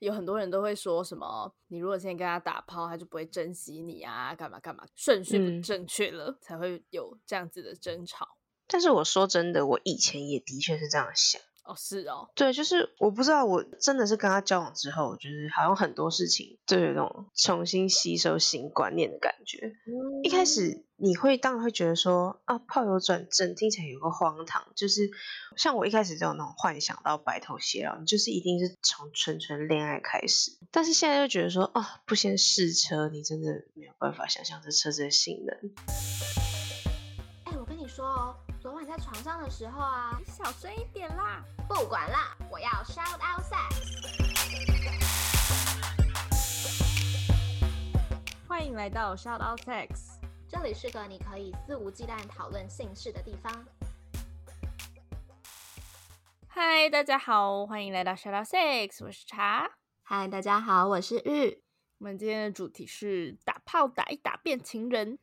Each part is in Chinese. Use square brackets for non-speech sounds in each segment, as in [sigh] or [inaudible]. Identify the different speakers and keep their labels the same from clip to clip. Speaker 1: 有很多人都会说什么，你如果现在跟他打炮，他就不会珍惜你啊，干嘛干嘛，顺序
Speaker 2: 嗯
Speaker 1: 不正确了，才会有这样子的争吵。
Speaker 2: 但是我说真的，我以前也的确是这样想。
Speaker 1: 哦，是哦，
Speaker 2: 对，就是我不知道，我真的是跟他交往之后，就是好像很多事情就有那种重新吸收新观念的感觉。一开始你会当然会觉得说啊，炮友转正听起来有个荒唐，就是像我一开始就有那种幻想到白头偕老，你就是一定是从纯纯恋爱开始。但是现在就觉得说啊，不先试车，你真的没有办法想象这车子的性能。
Speaker 3: 哎、我跟你说哦，昨晚在床上的时候啊，
Speaker 1: 你小声一点啦。
Speaker 3: 不管啦，我要 shout out sex。
Speaker 1: [laughs] 欢迎来到 Shout Out Sex，
Speaker 3: 这里是个你可以肆无忌惮讨论性事的地方。
Speaker 1: 嗨，大家好，欢迎来到 Shout Out Sex，我是茶。
Speaker 3: 嗨，大家好，我是玉。
Speaker 1: 我们今天的主题是打炮打一打变情人，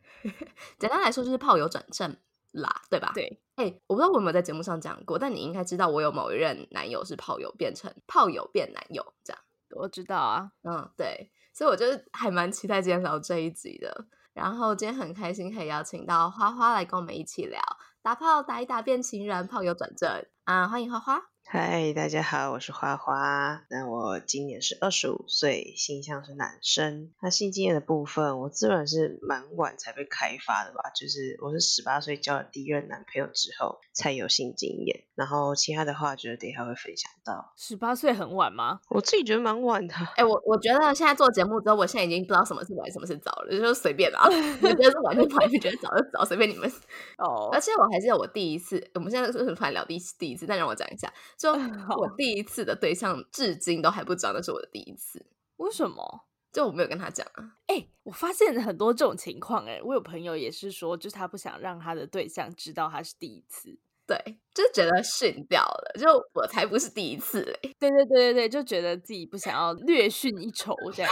Speaker 3: 简单来说就是炮友转正啦，对吧？。
Speaker 1: 对，
Speaker 3: 哎、我不知道我有没有在节目上讲过，但你应该知道我有某一任男友是炮友变成炮友变男友这样。
Speaker 1: 我知道啊，
Speaker 3: 嗯，对。所以我就是还蛮期待今天聊这一集的。然后今天很开心可以邀请到花花来跟我们一起聊打炮打一打变情人，炮友转正啊、欢迎花花。
Speaker 2: 嗨，大家好，我是花花。那我今年是二十五岁，性向是男生。那性经验的部分，我自认是蛮晚才被开发的吧，就是我是十八岁交了第一任男朋友之后才有性经验。然后其他的话，觉得等一下会分享到。
Speaker 1: 十八岁很晚吗？
Speaker 2: 我自己觉得蛮晚的，
Speaker 3: 哎、我我觉得现在做节目之后，我现在已经不知道什么是晚，什么是早了，就是随便 [laughs] 啦。你们觉得是晚就晚，你们觉得早就早，随便你们。
Speaker 1: 哦
Speaker 3: 而且我还记得我第一次，我们现在是不是突然聊第一次第一次？但让我讲一下，
Speaker 1: [laughs]
Speaker 3: 就
Speaker 1: 好
Speaker 3: 我第一次的对象，至今都还不知道那是我的第一次，
Speaker 1: 为什么？
Speaker 3: 就我没有跟他讲啊。
Speaker 1: 哎、我发现很多这种情况，哎，我有朋友也是说，就是他不想让他的对象知道他是第一次。
Speaker 3: 对，就觉得逊掉了，就我才不是第一次嘞、
Speaker 1: 对对对对对，就觉得自己不想要略逊一筹这样。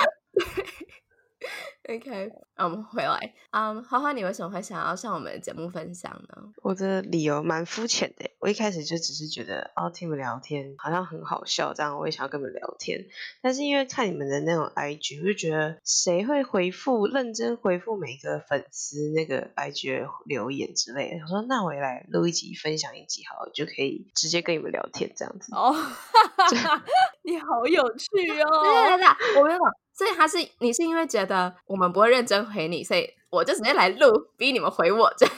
Speaker 3: OK，那 [laughs] 我们回来，嗯、花花，你为什么会想要向我们的节目分享呢？
Speaker 2: 我的理由蛮肤浅的。欸我一开始就只是觉得哦，听你们聊天好像很好笑，这样我也想要跟你们聊天。但是因为看你们的那种 IG，我就觉得谁会回复认真回复每个粉丝那个 IG 的留言之类的。想说那我也来录一集分享一集好了，就可以直接跟你们聊天这样子。
Speaker 1: 哦， [laughs] 你好有趣
Speaker 3: 对对
Speaker 1: 哦！
Speaker 3: 对
Speaker 1: [laughs]
Speaker 3: 对，我没有。所以他是你是因为觉得我们不会认真回你，所以我就直接来录，逼你们回我
Speaker 1: [laughs]
Speaker 3: 这样。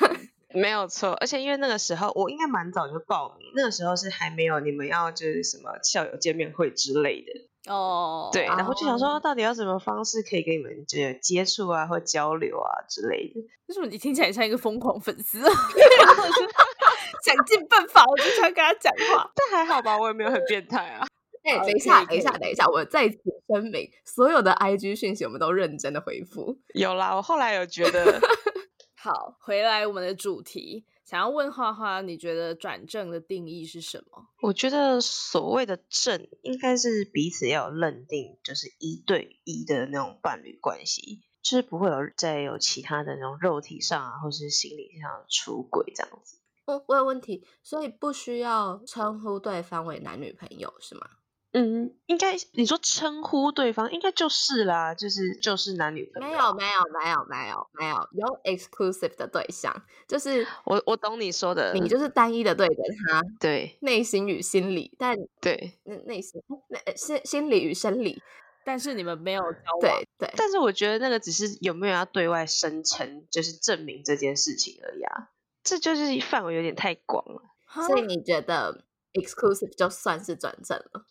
Speaker 2: 没有错，而且因为那个时候我应该蛮早就报名，那个时候是还没有你们要就是什么校友见面会之类的。
Speaker 1: 哦，
Speaker 2: 对，
Speaker 3: 啊
Speaker 2: 然后就想说，到底要什么方式可以跟你们这接触啊，或交流啊之类的？
Speaker 1: 为什么你听起来像一个疯狂粉丝？ [laughs] 想尽办法，我就想跟他讲话。
Speaker 2: 但还好吧，我也没有很变态啊。
Speaker 3: 哎、
Speaker 1: 好
Speaker 3: 等一
Speaker 1: 可
Speaker 3: 下，
Speaker 1: 以
Speaker 3: 等一
Speaker 1: 可
Speaker 3: 下，
Speaker 1: 以
Speaker 3: 等一下，我在此声明，所有的 IG 讯息我们都认真的回复。
Speaker 2: [laughs] 有啦，我后来有觉 [laughs] 得，
Speaker 1: 好，回来我们的主题，想要问花花，你觉得转正的定义是什么？
Speaker 2: 我觉得所谓的正，应该是彼此要有认定，就是一对一的那种伴侣关系，就是不会有再有其他的那种肉体上啊，或是心理上的出轨这样子。
Speaker 3: 哦，我有问题，所以不需要称呼对方为男女朋友是吗？
Speaker 2: 嗯，应该你说称呼对方，应该就是啦，就是就是男女朋友。
Speaker 3: 没有，没有，没有，没有，没有，有 exclusive 的对象，就是
Speaker 2: 我我懂你说的，
Speaker 3: 你就是单一的 [laughs] 对着他，
Speaker 2: 对
Speaker 3: 内心与心理，但
Speaker 2: 对。
Speaker 3: 内内心那呃心心理与生理，
Speaker 1: 但是你们没有交往，
Speaker 3: 对对，
Speaker 2: 但是我觉得那个只是有没有要对外声称，就是证明这件事情而已啊。这就是范围有点太广了。
Speaker 1: 哈
Speaker 3: 所以你觉得 exclusive 就算是转正了？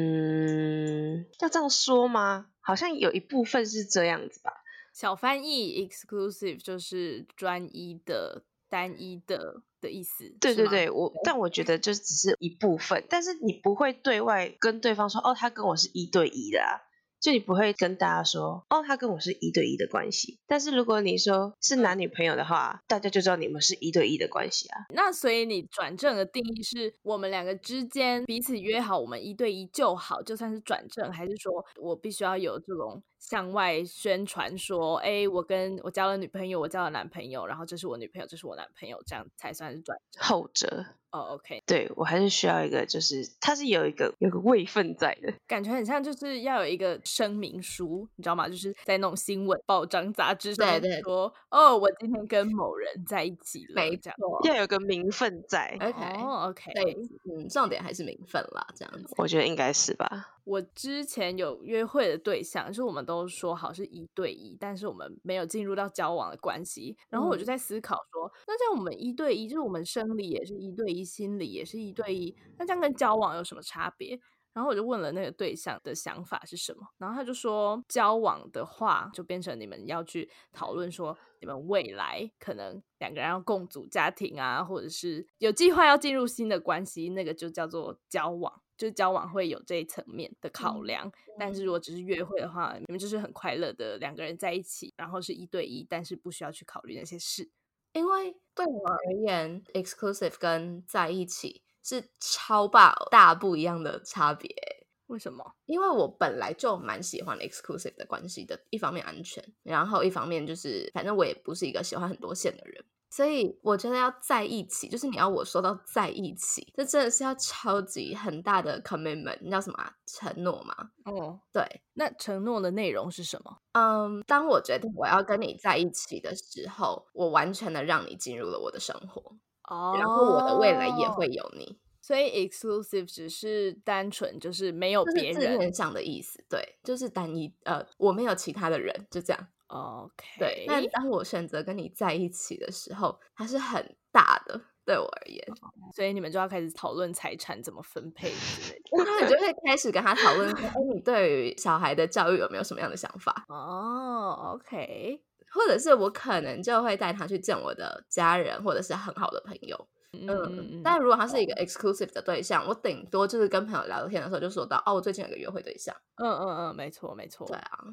Speaker 2: 嗯，要这样说吗？好像有一部分是这样子吧。
Speaker 1: 小翻译 exclusive 就是专一的、单一的的意思。
Speaker 2: 对
Speaker 1: 是
Speaker 2: 对
Speaker 1: 吗，
Speaker 2: 对，我但我觉得就只是一部分，但是你不会对外跟对方说哦，他跟我是一对一的啊，就你不会跟大家说哦，他跟我是一对一的关系。但是如果你说是男女朋友的话，大家就知道你们是一对一的关系啊。
Speaker 1: 那所以你转正的定义是我们两个之间彼此约好，我们一对一就好，就算是转正，还是说我必须要有这种向外宣传说，哎，我跟我交了女朋友，我交了男朋友，然后这是我女朋友，这是我男朋友，这样才算是转正？
Speaker 2: 后者，
Speaker 1: 哦，OK，
Speaker 2: 对我还是需要一个，就是它是有一个有个位分在的。
Speaker 1: 感觉很像就是要有一个声明书，你知道吗？就是在那种新闻报章、杂志上
Speaker 3: 对
Speaker 1: 面
Speaker 3: 对
Speaker 1: 说，哦，我今天跟某人在一起了，
Speaker 3: 没
Speaker 1: 这样。
Speaker 3: 错
Speaker 2: 要有个名分在，
Speaker 3: ，OK，
Speaker 1: 哦，OK，
Speaker 3: 对，嗯，重点还是名分啦，这样子。
Speaker 2: 我觉得应该是吧。
Speaker 1: 我之前有约会的对象，就是我们都说好是一对一，但是我们没有进入到交往的关系。然后我就
Speaker 3: 嗯
Speaker 1: 在思考说，那这样我们一对一，就是我们生理也是一对一，心理也是一对一，那这样跟交往有什么差别？然后我就问了那个对象的想法是什么，然后他就说，交往的话就变成你们要去讨论说，你们未来可能两个人要共组家庭啊，或者是有计划要进入新的关系，那个就叫做交往，就是交往会有这一层面的考
Speaker 3: 嗯
Speaker 1: 量。但是如果只是约会的话，你们就是很快乐的两个人在一起，然后是一对一，但是不需要去考虑那些事。
Speaker 3: 因为对啊我而言，exclusive 跟在一起是超爆大不一样的差别。
Speaker 1: 为什么？
Speaker 3: 因为我本来就蛮喜欢 exclusive 的关系的，一方面安全，然后一方面就是反正我也不是一个喜欢很多线的人，所以我觉得要在一起，就是你要我说到在一起，这真的是要超级很大的 commitment，你知道什么啊、承诺吗？
Speaker 1: 哦，
Speaker 3: 对，
Speaker 1: 那承诺的内容是什么？
Speaker 3: 嗯，当我决定我要跟你在一起的时候，我完全的让你进入了我的生活，
Speaker 1: 哦
Speaker 3: 然后我的未来也会有你，
Speaker 1: 所以 exclusive 只是单纯就是没有
Speaker 3: 这
Speaker 1: 别
Speaker 3: 是字
Speaker 1: 人
Speaker 3: 面上的意思，对，就是单一，呃，我没有其他的人，就这样。
Speaker 1: 哦，OK，
Speaker 3: 对，但当我选择跟你在一起的时候，它是很大的，对我而言，
Speaker 1: 所以你们就要开始讨论财产怎么分配之类的。
Speaker 3: 那你就会开始跟他讨论 [laughs] 说，哎，你对于小孩的教育有没有什么样的想法？
Speaker 1: 哦，OK，
Speaker 3: 或者是我可能就会带他去见我的家人，或者是很好的朋友。
Speaker 1: 嗯
Speaker 3: 嗯，但如果他是一个 exclusive 的对象，我顶多就是跟朋友聊天的时候就说到，哦，我最近有个约会对象。
Speaker 1: 嗯嗯嗯，没错没错，
Speaker 3: 对啊，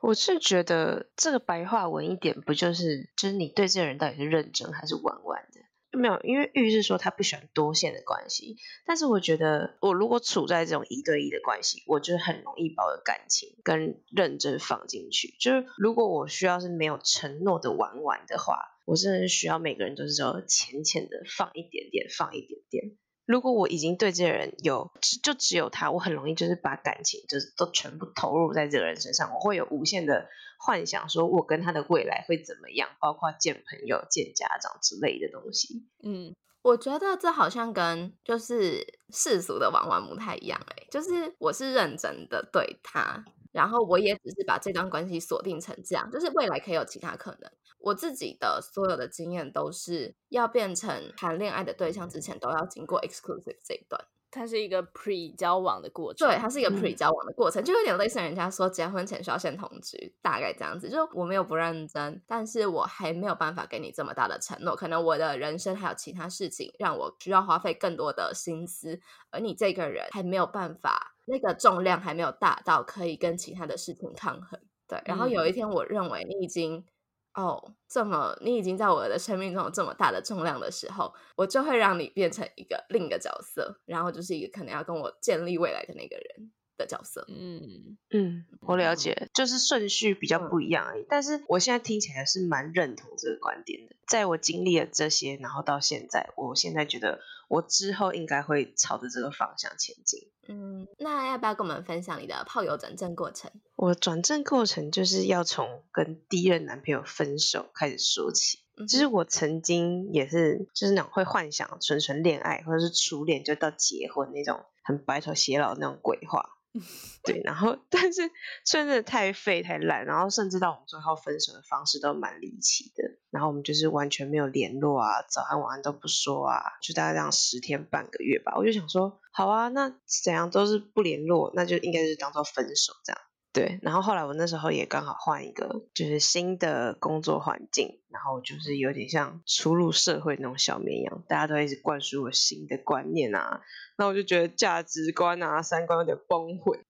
Speaker 2: 我是觉得这个白话文一点，不就是就是你对这个人到底是认真还是玩玩的？没有，因为玉是说他不喜欢多线的关系，但是我觉得我如果处在这种一对一的关系，我就很容易把我的感情跟认真放进去。就是如果我需要是没有承诺的玩玩的话，我真的是需要每个人都是只有浅浅的放一点点，放一点点。如果我已经对这个人有，只就只有他，我很容易就是把感情就是都全部投入在这个人身上，我会有无限的幻想，说我跟他的未来会怎么样，包括见朋友、见家长之类的东西。
Speaker 1: 嗯
Speaker 3: 我觉得这好像跟就是世俗的玩玩不太一样哎、就是我是认真的对他，然后我也只是把这段关系锁定成这样，就是未来可以有其他可能。我自己的所有的经验都是要变成谈恋爱的对象之前都要经过 exclusive 这一段，
Speaker 1: 它是一个 pre 交往的过程，
Speaker 3: 对，它是一个
Speaker 2: 嗯
Speaker 3: pre 交往的过程，就有点类似人家说结婚前需要先同居，大概这样子。就是我没有不认真，但是我还没有办法给你这么大的承诺，可能我的人生还有其他事情让我需要花费更多的心思，而你这个人还没有办法，那个重量还没有大到可以跟其他的事情抗衡。对，然后
Speaker 1: 嗯
Speaker 3: 有一天我认为你已经。哦，这么你已经在我的生命中有这么大的重量的时候，我就会让你变成一个另一个角色，然后就是一个可能要跟我建立未来的那个人的角色。
Speaker 1: 嗯，
Speaker 2: 嗯，我了
Speaker 3: 嗯
Speaker 2: 解，就是顺序比较不一样而已。但是我现在听起来是蛮认同这个观点的。在我经历了这些，然后到现在，我现在觉得我之后应该会朝着这个方向前进。
Speaker 3: 嗯，那要不要跟我们分享你的炮友转正过程？
Speaker 2: 我转正过程就是要从跟第一任男朋友分手开始说起。
Speaker 3: 嗯
Speaker 2: 就是我曾经也是，就是那种会幻想纯纯恋爱或者是初恋就到结婚那种很白头偕老的那种鬼话。对，然后 [laughs] 但是真的太废太烂，然后甚至到我们最后分手的方式都蛮离奇的。然后我们就是完全没有联络啊，早安晚安都不说啊，就大概这样十天半个月吧。我就想说，好啊，那怎样都是不联络，那就应该是当做分手这样。对，然后后来我那时候也刚好换一个就是新的工作环境，然后就是有点像初入社会那种小绵羊，大家都一直灌输我新的观念啊，那我就觉得价值观啊、三观有点崩毁，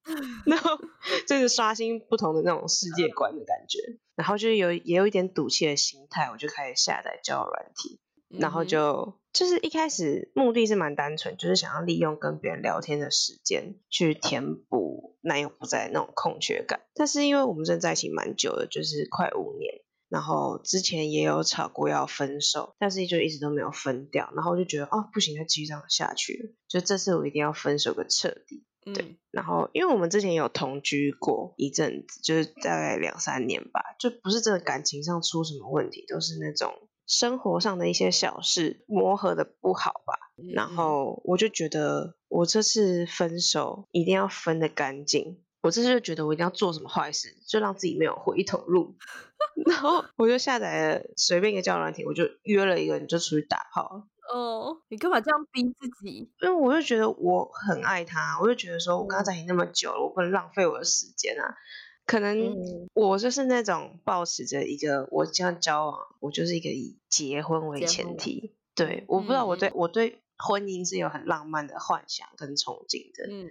Speaker 2: 然后 [laughs] 就是刷新不同的那种世界观的感觉，然后就是有也有一点赌气的心态，我就开始下载交友软体，然
Speaker 1: 嗯
Speaker 2: 后
Speaker 1: 哼
Speaker 2: 就就是一开始目的是蛮单纯，就是想要利用跟别人聊天的时间去填补男友不在的那种空缺感。但是因为我们真的在一起蛮久了，就是快五年，然后之前也有吵过要分手，但是就一直都没有分掉，然后我就觉得哦不行，再继续这样下去了，就这次我一定要分手个彻底。对
Speaker 1: 嗯，
Speaker 2: 然后因为我们之前有同居过一阵子，就是大概两三年吧，就不是真的感情上出什么问题，都是那种生活上的一些小事磨合的不好吧。然后我就觉得我这次分手一定要分的干净，我这次就觉得我一定要做什么坏事，就让自己没有回头路。 [laughs] 然后我就下载了随便一个交友软体，我就约了一个人就出去打炮，
Speaker 1: 哦，你干嘛这样逼自己？
Speaker 2: 因为我就觉得我很爱他，我就觉得说我跟他在一起那么久了，我不能浪费我的时间啊。可能
Speaker 3: 嗯
Speaker 2: 我就是那种抱持着一个我这样交往，我就是一个以结婚为
Speaker 3: 结
Speaker 2: 前
Speaker 3: 婚为
Speaker 2: 提。对，我不知道我
Speaker 1: 嗯
Speaker 2: 对、我对婚姻是有很浪漫的幻想跟憧憬的。
Speaker 1: 嗯，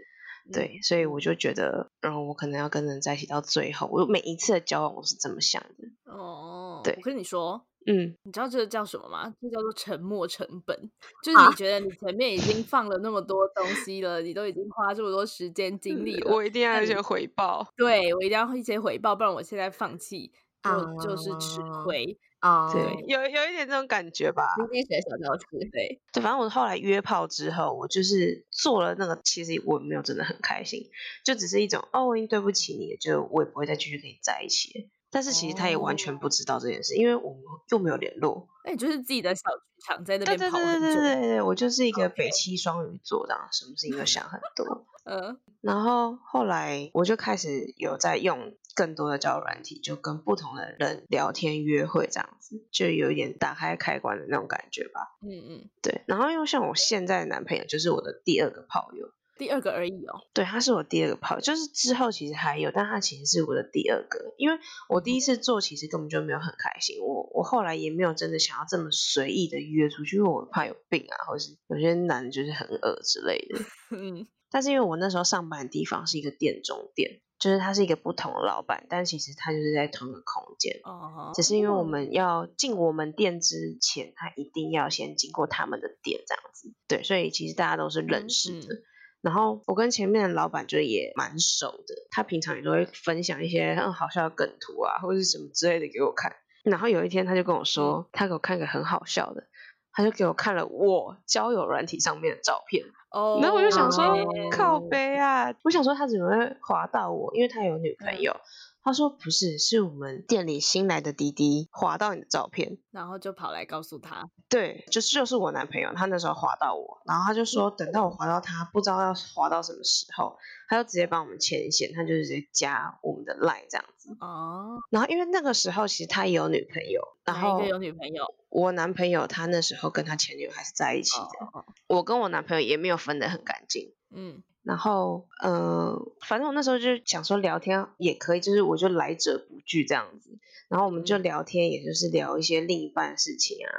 Speaker 2: 对，所以我就觉得，嗯，我可能要跟人在一起到最后。我每一次的交往，我是这么想的。
Speaker 1: 哦，
Speaker 2: 对
Speaker 1: 我跟你说，
Speaker 2: 嗯，
Speaker 1: 你知道这个叫什么吗？这叫做沉没成本。就是
Speaker 3: 啊
Speaker 1: 你觉得你前面已经放了那么多东西了，你都已经花这么多时间精力了，
Speaker 2: 嗯我一定要有
Speaker 1: 那
Speaker 2: 一
Speaker 1: 你
Speaker 2: 些回报。
Speaker 1: 对我一定要一些回报，不然我现在放弃就就是吃
Speaker 3: 啊
Speaker 1: 亏。
Speaker 3: 哦，
Speaker 2: 对，有有一点这种感觉吧。
Speaker 3: 今天学小教室，
Speaker 1: 对，
Speaker 2: 对，反正我后来约炮之后，我就是做了那个，其实我没有真的很开心，就只是一种哦，我已经对不起你了，就我也不会再继续跟你在一起了。但是其实他也完全不知道这件事，因为我们又没有联络。
Speaker 1: 那你就是自己的小剧场在那
Speaker 2: 对
Speaker 1: 边
Speaker 2: 对
Speaker 1: 跑
Speaker 2: 对对
Speaker 1: 很
Speaker 2: 对
Speaker 1: 久。
Speaker 2: 对对，我就是一个北七双鱼座，这样什么事情都想很多。
Speaker 1: 嗯
Speaker 2: 然后后来我就开始有在用更多的交友软体，就跟不同的人聊天、约会这样子，就有一点打开开关的那种感觉吧。
Speaker 1: 嗯嗯，
Speaker 2: 对，然后因为像我现在的男朋友就是我的第二个炮友，
Speaker 1: 第二个而已哦。
Speaker 2: 对，他是我第二个炮友，就是之后其实还有，但他其实是我的第二个，因为我第一次做其实根本就没有很开心，我我后来也没有真的想要这么随意的约出去，因为我怕有病啊，或是有些男的就是很恶之类的。 [laughs]
Speaker 1: 嗯
Speaker 2: 但是因为我那时候上班的地方是一个店中店，就是他是一个不同的老板，但其实他就是在同一个空间。
Speaker 1: 哦，
Speaker 2: 只是因为我们要进我们店之前，他一定要先经过他们的店这样子，对，所以其实大家都是认识的。然后我跟前面的老板就也蛮熟的，他平常也都会分享一些很好笑的梗图啊，或者是什么之类的给我看。然后有一天他就跟我说，他给我看一个很好笑的，他就给我看了我交友软体上面的照片。
Speaker 1: 哦，
Speaker 2: 然后我就想说
Speaker 1: 哦，
Speaker 2: 靠背啊！我想说他怎么会划到我？因为他有女
Speaker 1: 嗯
Speaker 2: 朋友。他说不是，是我们店里新来的滴滴划到你的照片。
Speaker 1: 然后就跑来告诉他，
Speaker 2: 对，就是就是我男朋友，他那时候划到我，然后他就说等到我划到他，不知道要划到什么时候，他就直接帮我们牵线，他就直接加我们的 line 这样子。
Speaker 1: 哦，
Speaker 2: 然后因为那个时候其实他也有女朋友，然
Speaker 1: 哪一
Speaker 2: 后
Speaker 1: 个有女朋友？
Speaker 2: 我男朋友他那时候跟他前女友还是在一起
Speaker 1: 哦
Speaker 2: 的，
Speaker 1: 哦哦，
Speaker 2: 我跟我男朋友也没有分得很干净。
Speaker 1: 嗯
Speaker 2: 然后，呃，反正我那时候就想说聊天也可以，就是我就来者不拒这样子。然后我们就
Speaker 1: 嗯
Speaker 2: 聊天，也就是聊一些另一半的事情啊，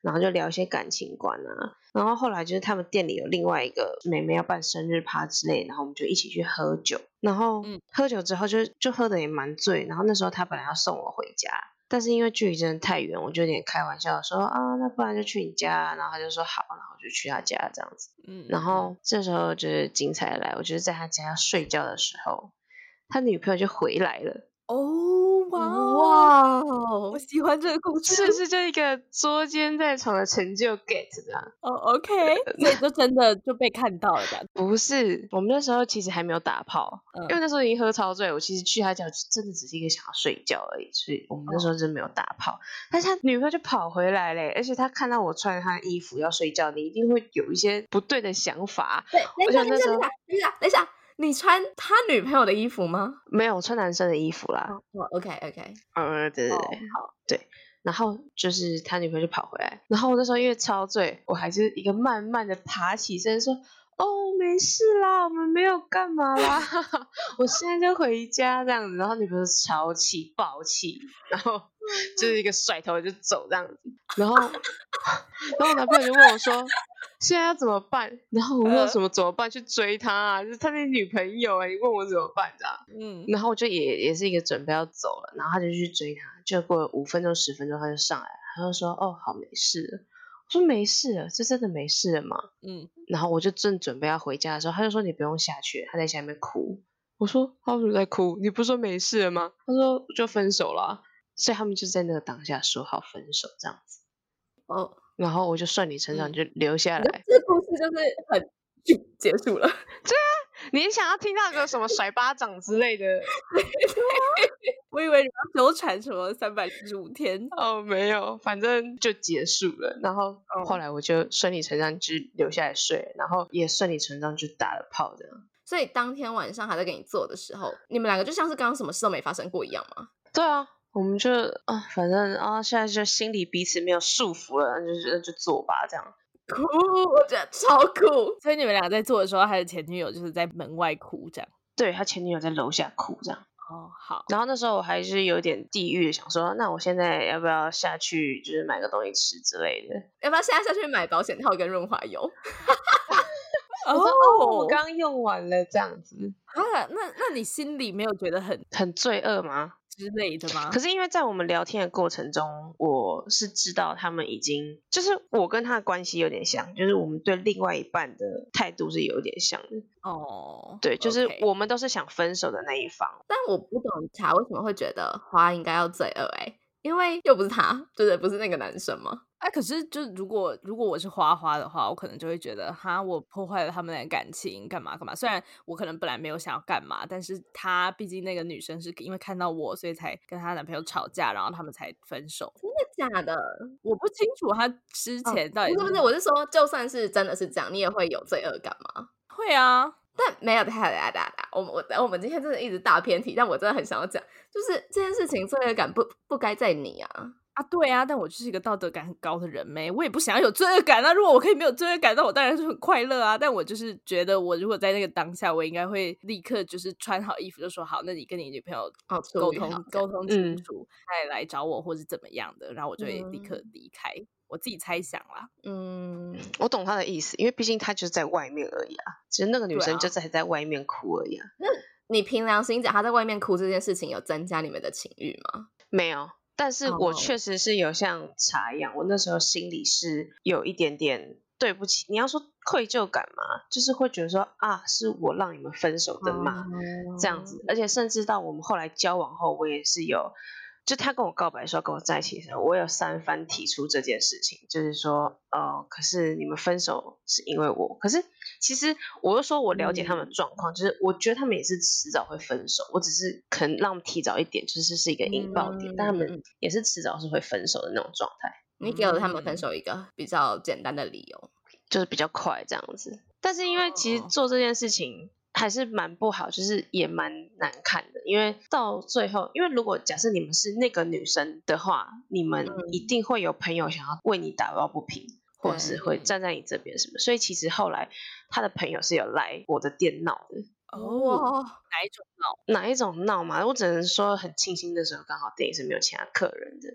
Speaker 2: 然后就聊一些感情观啊。然后后来就是他们店里有另外一个妹妹要办生日趴之类，然后我们就一起去喝酒。然后
Speaker 1: 嗯
Speaker 2: 喝酒之后就就喝的也蛮醉。然后那时候他本来要送我回家，但是因为距离真的太远，我就有点开玩笑地说啊，那不然就去你家啊。然后他就说好，然后我就去他家这样子。
Speaker 1: 嗯，
Speaker 2: 然
Speaker 1: 嗯
Speaker 2: 后这时候就是精彩来，我就是在他家睡觉的时候，他女朋友就回来
Speaker 1: [laughs]
Speaker 2: 了，
Speaker 1: 哦哇哦，
Speaker 3: 哇
Speaker 1: 我
Speaker 3: 哦，
Speaker 1: 喜欢这个故事，
Speaker 2: 是不是这一个捉奸在床的成就 get 的、啊？
Speaker 1: 哦，OK，所以就真的就被看到了，这样，
Speaker 2: 不是，我们那时候其实还没有打炮，
Speaker 1: 嗯
Speaker 2: 因为那时候已经喝超醉，我其实去他家我就真的只是一个想要睡觉而已，所以我们那
Speaker 1: 嗯
Speaker 2: 时候真的没有打炮。但是他女朋友就跑回来嘞，而且他看到我穿他的衣服要睡觉，你一定会有一些不对的想法。
Speaker 3: 对，等一下，
Speaker 2: 我想那
Speaker 3: 等一下，
Speaker 2: 时候
Speaker 1: 啊
Speaker 3: 等一下， [laughs] 等一下，等一下，你穿他女朋友的衣服吗？
Speaker 2: 没有我穿男生的衣服啦，
Speaker 3: 哦，OK，OK，
Speaker 2: 嗯，对对
Speaker 1: 哦
Speaker 2: 对，好，对。然后就是他女朋友就跑回来，然后我那时候因为超醉，我还是一个慢慢的爬起身说：“哦，没事啦，我们没有干嘛啦， [laughs] 我现在就回家这样子。”然后女朋友就超气暴气，然
Speaker 1: [laughs]
Speaker 2: 后就是一个甩头就走这样子。然后，然 [laughs] 后我男朋友就问我说：“现在要怎么办？”然后我
Speaker 1: 呃
Speaker 2: 说：“什么怎么办？去追他啊？就是他那女朋友哎、你问我怎么办这样？”
Speaker 1: 嗯，
Speaker 2: 然后我就也也是一个准备要走了，然后他就去追他，就过了五分钟十分钟，他就上来了，他就说：“哦，好，没事了。”我说：“没事了，是真的没事了吗
Speaker 1: 嗯，？”
Speaker 2: 然后我就正准备要回家的时候，他就说：“你不用下去了。”他在下面哭。我说：“他为什么在哭？你不是说没事了吗？”他说：“就分手了啊、所以他们就在那个当下说好分手这样子。
Speaker 3: 哦，
Speaker 2: 然后我就顺理成章
Speaker 3: 嗯
Speaker 2: 就留下
Speaker 3: 你就
Speaker 2: 来。
Speaker 3: 这故事就是很就结束了。
Speaker 2: 你想要听到个什么甩巴掌之类的？
Speaker 1: [laughs] 我以为你要纠缠什么三百六十五天，
Speaker 2: 哦，没有，反正就结束了。然后后来我就顺理成章就留下来睡，然后也顺理成章就打了炮这样。
Speaker 3: 所以当天晚上还在给你做的时候，你们两个就像是刚刚什么事都没发生过一样 [laughs] 嘛。
Speaker 2: 对啊，我们就啊，反正啊，现在就心里彼此没有束缚了，那就那就做吧这样。
Speaker 3: 酷，我觉得超酷。
Speaker 1: 所以你们俩在做的时候，他的前女友就是在门外哭这样。
Speaker 2: 对他前女友在楼下哭这样，
Speaker 1: 哦，好，
Speaker 2: 然后那时候我还是有点地狱，想说那我现在要不要下去就是买个东西吃之类的。
Speaker 3: 要不要现在下去买保险套跟润滑油？
Speaker 2: 我
Speaker 1: 哦
Speaker 2: 说哦，我刚用完了这样子，
Speaker 1: 啊，那那你心里没有觉得很
Speaker 2: 很罪恶吗？
Speaker 1: 之类的吗 [laughs]
Speaker 2: 可？是因为在我们聊天的过程中，我是知道他们已经，就是我跟他的关系有点像，就是我们对另外一半的态度是有点像的。
Speaker 1: 哦，
Speaker 2: 对，就是
Speaker 1: ，OK
Speaker 2: 我们都是想分手的那一方。
Speaker 3: 但我不懂茶为什么会觉得花应该要罪恶哎、因为又不是他，就是不是那个男生嘛。
Speaker 1: 啊，可是就如果如果我是花花的话，我可能就会觉得哈，我破坏了他们的感情，干嘛干嘛。虽然我可能本来没有想要干嘛，但是她毕竟那个女生是因为看到我，所以才跟她男朋友吵架，然后他们才分手。
Speaker 3: 真的假的？
Speaker 1: 我不清楚她之
Speaker 3: 哦
Speaker 1: 前到底
Speaker 3: 不是不是，我是说，就算是真的是这样，你也会有罪恶感吗？
Speaker 1: 会啊，
Speaker 3: 但没有，哒哒哒哒，我们我我们今天真的一直大偏题，但我真的很想要讲，就是这件事情罪恶感不不该在你啊。
Speaker 1: 啊，对啊，但我就是一个道德感很高的人没，我也不想要有罪恶感啊。如果我可以没有罪恶感，那我当然是很快乐啊。但我就是觉得，我如果在那个当下，我应该会立刻就是穿好衣服，就说好，那你跟你女朋友
Speaker 3: 哦处
Speaker 1: 沟
Speaker 3: 理
Speaker 1: 通
Speaker 3: 好这
Speaker 1: 沟
Speaker 3: 样
Speaker 1: 通清
Speaker 2: 嗯
Speaker 1: 楚，再来找我或是怎么样的，然后我就会立刻离开。我自己猜想啦，
Speaker 3: 嗯，
Speaker 2: 我懂他的意思，因为毕竟他就是在外面而已啊，其实那个女
Speaker 1: 对
Speaker 2: 生
Speaker 1: 啊
Speaker 2: 就在在外面哭而已啊，
Speaker 3: 你凭良心讲，他在外面哭这件事情有增加你们的情欲吗？
Speaker 2: 没有。但是我
Speaker 3: 哦
Speaker 2: 确实是有像茶一样，我那时候心里是有一点点对不起，你要说愧疚感嘛，就是会觉得说啊，是我让你们分手的嘛。
Speaker 3: 哦
Speaker 2: 这样子，而且甚至到我们后来交往后，我也是有，就他跟我告白说要跟我在一起的时候，我有三番提出这件事情，就是说，呃，可是你们分手是因为我，可是其实我又说我了解他们的状况，就是我觉得他们也是迟早会分手，我只是可能让他们提早一点，就是是一个引爆点，但他
Speaker 3: 嗯嗯
Speaker 2: 们也是迟早是会分手的那种状态，
Speaker 3: [laughs] 你给了他们分
Speaker 1: 嗯
Speaker 3: 手一个比较简单的理由。
Speaker 2: 就是比较快这样子。但是因为其实
Speaker 1: 哦
Speaker 2: 做这件事情还是蛮不好，就是也蛮难看的。因为到最后，因为如果假设你们是那个女生的话，你们一定会有朋友想要为你打抱不平，或者是会
Speaker 3: 对
Speaker 2: 站在你这边什么。所以其实后来他的朋友是有来我的店闹的。
Speaker 1: 哦，哪一种闹？
Speaker 2: 哪一种闹嘛？我只能说很庆幸那时候刚好店里是没有其他客人的，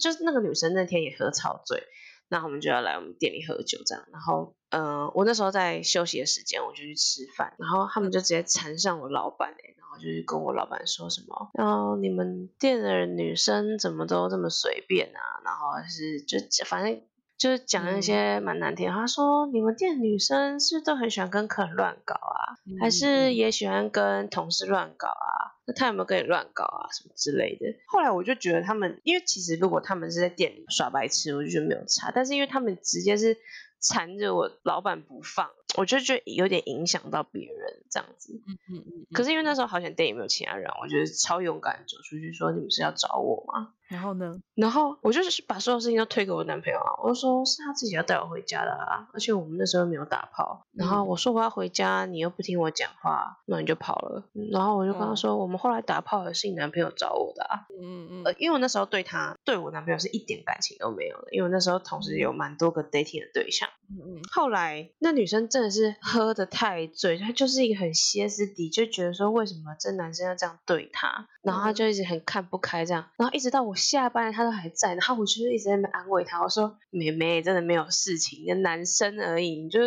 Speaker 2: 就是那个女生那天也喝超醉，那我们就要来我们店里喝酒这样。然后，呃，我那时候在休息的时间，我就去吃饭，然后他们就直接缠上我老板哎、然后就是跟我老板说什么，然后你们店的女生怎么都这么随便啊？然后是就反正。就是讲一
Speaker 3: 嗯
Speaker 2: 些蛮难听的，他说你们店女生是不是都很喜欢跟客人乱搞啊，还
Speaker 1: 嗯
Speaker 2: 是也喜欢跟同事乱搞啊？那他有没有跟你乱搞啊？什么之类的。后来我就觉得他们，因为其实如果他们是在店里耍白痴，我就觉得没有差。但是因为他们直接是缠着我老板不放，我就觉得有点影响到别人这样子。
Speaker 1: 嗯嗯，
Speaker 2: 可
Speaker 1: 是
Speaker 2: 是因为那时候好像店里没有其他人，我觉得超勇敢地走出去说你们是要找我吗？
Speaker 1: 然后呢？
Speaker 2: 然后我就是把所有事情都推给我男朋友啊，我就说是他自己要带我回家的啊，而且我们那时候没有打炮。然后
Speaker 3: 嗯
Speaker 2: 我说我要回家，你又不听我讲话，那你就跑了。然后我就跟他
Speaker 1: 嗯
Speaker 2: 说，我们后来打炮的是你男朋友找我的啊，
Speaker 1: 嗯嗯
Speaker 2: 呃，因为我那时候对他对我男朋友是一点感情都没有的，因为我那时候同时有蛮多个 dating 的对象。
Speaker 1: 嗯
Speaker 2: 后来那女生真的是喝的太醉，她就是一个很歇斯底，就觉得说为什么这男生要这样对她，然后她就一直很看不开这样，然后一直到我下班了，她都还在，然后我就是一直在那边安慰她，我说妹妹真的没有事情，那男生而已，你就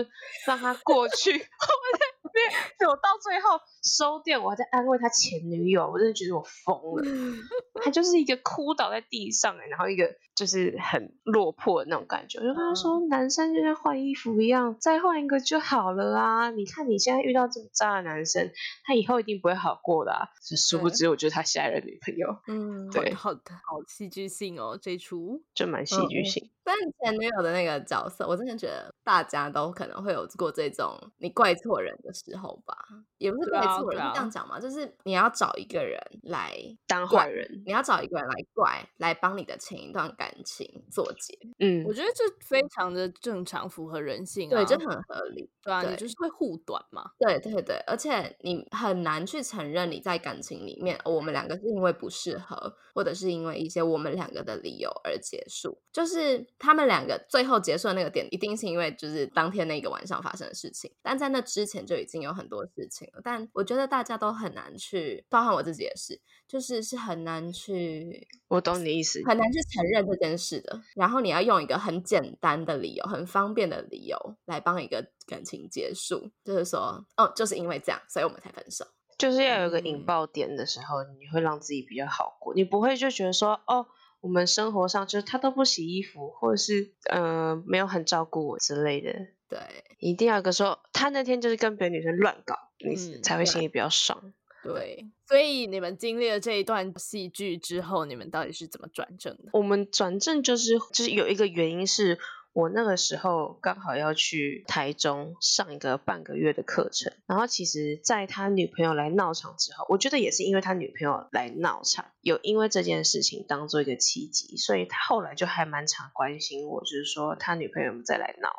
Speaker 2: 让他过去。 [laughs] 我在那
Speaker 3: [laughs]
Speaker 2: 边，我到最后收店，我还在安慰他前女友，我真的觉得我疯了。
Speaker 1: 嗯，
Speaker 2: 他就是一个哭倒在地上、欸，然后一个就是很落魄的那种感觉。我就跟他
Speaker 3: 嗯
Speaker 2: 说，男生就像换衣服一样，再换一个就好了啊！你看你现在遇到这么渣的男生，他以后一定不会好过的、啊。就殊不
Speaker 3: 对
Speaker 2: 知，我就是他下一任女朋友，
Speaker 3: 嗯，
Speaker 2: 对
Speaker 1: 好的，好戏剧性哦，这出
Speaker 2: 就蛮戏
Speaker 3: 嗯
Speaker 2: 剧
Speaker 3: 嗯
Speaker 2: 性。
Speaker 3: 但前女友的那个角色，我真的觉得大家都可能会有过这种你怪错人的时候吧，也不
Speaker 1: 对
Speaker 3: 是怪
Speaker 1: 啊
Speaker 3: 错人，
Speaker 1: 对
Speaker 3: 是这
Speaker 1: 啊
Speaker 3: 样讲嘛，就是你要找一个人来，
Speaker 2: 当
Speaker 3: 怪
Speaker 2: 坏人，
Speaker 3: 你要找一个人来怪，来帮你的前一段感情做结，
Speaker 2: 嗯
Speaker 1: 我，觉得这非常的正常，符合人性啊，
Speaker 3: 对，这很合理。
Speaker 1: 对啊，你
Speaker 3: 对
Speaker 1: 就是会护短嘛，
Speaker 3: 对对对，而且你很难去承认你在感情里面，哦我们两个是因为不适合，或者是因为一些我们两个的理由而结束。就是他们两个最后结束的那个点，一定是因为就是当天那个晚上发生的事情，但在那之前就已经有很多事情了。但我觉得大家都很难去，包含我自己也是，就是是很难去
Speaker 2: 我懂你的意思。
Speaker 3: 很难去承认这件事的。然后你要用一个很简单的理由、很方便的理由来帮一个感情结束，就是说，哦，就是因为这样，所以我们才分手。
Speaker 2: 就是要有个引
Speaker 3: 嗯
Speaker 2: 爆点的时候，你会让自己比较好过，你不会就觉得说哦，我们生活上就是他都不洗衣服，或者是呃没有很照顾我之类的，
Speaker 3: 对，
Speaker 2: 一定要有个说他那天就是跟别的女生乱搞，你
Speaker 1: 嗯
Speaker 2: 才会
Speaker 3: 对
Speaker 2: 心里比较爽。
Speaker 1: 对。所以你们经历了这一段戏剧之后，你们到底是怎么转正的？
Speaker 2: 我们转正就是就是有一个原因是。我那个时候刚好要去台中上一个半个月的课程，然后其实，在他女朋友来闹场之后，我觉得也是因为他女朋友来闹场，有因为这件事情当做一个契机，所以他后来就还蛮常关心我，就是说他女朋友有没有再来闹。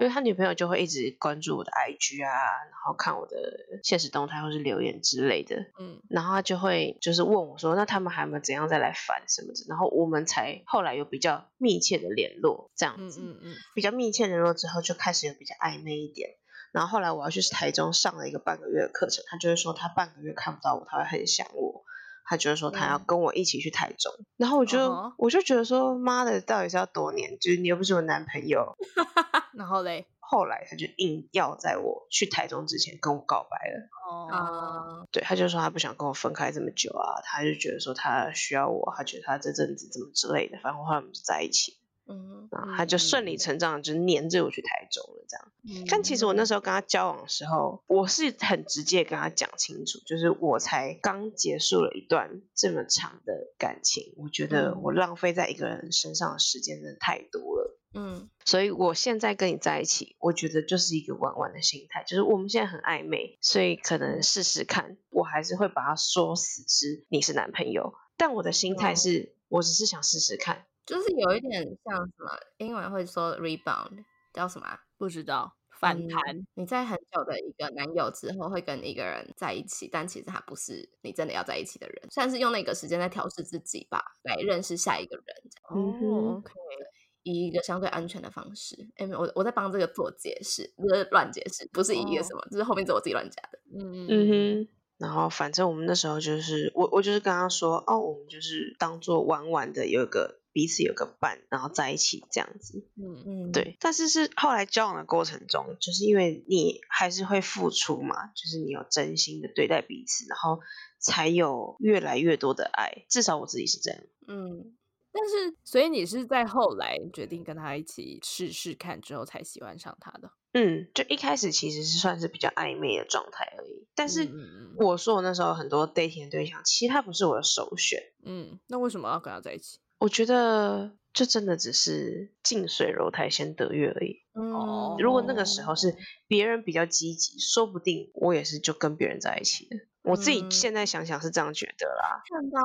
Speaker 2: 因为他女朋友就会一直关注我的 IG 啊，然后看我的现实动态或是留言之类的，
Speaker 1: 嗯，
Speaker 2: 然后他就会就是问我说，那他们还有没有怎样再来烦什么的，然后我们才后来有比较密切的联络，这样
Speaker 1: 嗯
Speaker 2: 子，
Speaker 1: 嗯嗯，
Speaker 2: 比较密切联络之后就开始有比较暧昧一点。然后后来我要去台中上了一个半个月的课程，他就会说他半个月看不到我，他会很想我，他就会说他要
Speaker 1: 嗯
Speaker 2: 跟我一起去台中。然后我就、
Speaker 1: 嗯哼
Speaker 2: 我就觉得说，妈的，到底是要多黏？就是你又不是我男朋友，
Speaker 1: 然后嘞，
Speaker 2: 后来他就硬要在我去台中之前跟我告白了。
Speaker 1: 哦，
Speaker 3: 啊、
Speaker 2: 对，他就说他不想跟我分开这么久啊，他就觉得说他需要我，他觉得他这阵子怎么之类的，反正后来我们就在一起，
Speaker 3: 嗯，嗯
Speaker 2: 然后他就顺理
Speaker 1: 嗯
Speaker 2: 成章地就黏着我去台中了这样。但其实我那时候跟他交往的时候，我是很直接跟他讲清楚，就是我才刚结束了一段这么长的感情，我觉得
Speaker 3: 嗯
Speaker 2: 我浪费在一个人身上的时间真的太多了。
Speaker 3: 嗯，
Speaker 2: 所以我现在跟你在一起，我觉得就是一个玩玩的心态，就是我们现在很暧昧，所以可能试试看，我还是会把它说死是你是男朋友，但我的心态是，我只是想试试看。
Speaker 3: 就是有一点像什么，英文会说 rebound，叫什么啊？
Speaker 1: 不知道反
Speaker 3: 嗯
Speaker 1: 弹，
Speaker 3: 你在很久的一个男友之后，会跟一个人在一起，但其实他不是你真的要在一起的人，算是用那个时间在调试自己吧，来认识下一个人，这样
Speaker 2: 嗯哼
Speaker 1: 哦，OK，
Speaker 3: 以一个相对安全的方式。哎，我我在帮这个做解释，不是乱解释，不是以一个
Speaker 1: 哦
Speaker 3: 什么，就是后面是我自己乱加的。
Speaker 1: 嗯嗯
Speaker 2: 嗯哼，然后反正我们那时候就是我，我就是跟他说，哦，我们就是当做玩玩的，有一个彼此有个伴，然后在一起这样子。
Speaker 1: 嗯
Speaker 3: 嗯，
Speaker 2: 对，但是是后来交往的过程中，就是因为你还是会付出嘛，就是你有真心的对待彼此，然后才有越来越多的爱。至少我自己是这样。
Speaker 3: 嗯，
Speaker 1: 但是，所以你是在后来决定跟他一起试试看之后才喜欢上他的。
Speaker 2: 嗯，就一开始其实是算是比较暧昧的状态而已。但是
Speaker 1: 嗯嗯
Speaker 2: 我说我那时候很多 dating 的对象，其实他不是我的首选。
Speaker 1: 嗯嗯，那为什么要跟他在一起？
Speaker 2: 我觉得就真的只是近水楼台先得月而已。
Speaker 1: 哦
Speaker 3: 嗯
Speaker 2: 如果那个时候是别人比较积极，说不定我也是就跟别人在一起的。我自己
Speaker 3: 嗯
Speaker 2: 现在想想是这样觉得啦。
Speaker 3: 看吧，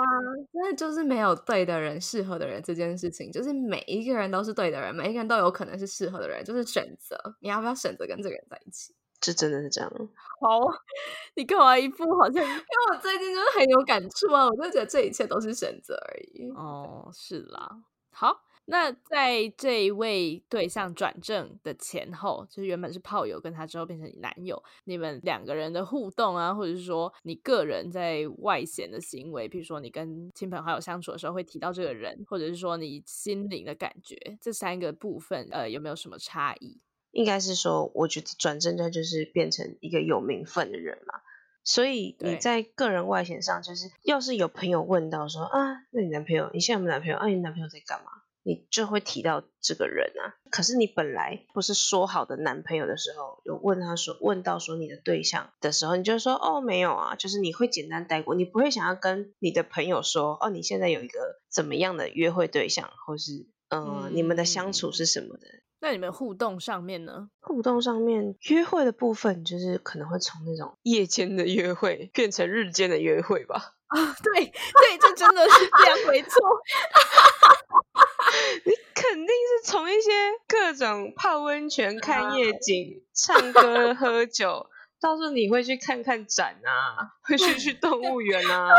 Speaker 3: 真的就是没有对的人、适合的人这件事情，就是每一个人都是对的人，每一个人都有可能是适合的人，就是选择你要不要选择跟这个人在一起。
Speaker 2: 这真的是这样。
Speaker 1: 好，啊 [laughs] 你干嘛一副好像
Speaker 3: 因为我最近就是很有感触啊，我就觉得这一切都是选择而已。
Speaker 1: 哦，是啦。好，那在这一位对象转正的前后，就是原本是炮友，跟他之后变成你男友，你们两个人的互动啊，或者是说你个人在外显的行为，比如说你跟亲朋好友相处的时候会提到这个人，或者是说你心灵的感觉，这三个部分，呃，有没有什么差异？
Speaker 2: 应该是说，我觉得转正他就是变成一个有名分的人嘛，所以你
Speaker 1: 对
Speaker 2: 在个人外显上，就是要是有朋友问到说啊，那你男朋友，你现在有没有男朋友？啊，你男朋友在干嘛？你就会提到这个人啊。可是你本来不是说好的男朋友的时候，有问他说问到说你的对象的时候，你就说哦没有啊，就是你会简单带过，你不会想要跟你的朋友说哦你现在有一个怎么样的约会对象，或是呃、你们的相处是什么的。
Speaker 1: 那你们互动上面呢？ [laughs]
Speaker 2: 互动上面约会的部分，就是可能会从那种夜间的约会变成日间的约会吧。
Speaker 1: 对对，这真的是这样没错。 [laughs]
Speaker 2: 你肯定是从一些各种泡温泉、看夜景、唱歌、喝酒，到时候你会去看看展啊，会去去动物园啊，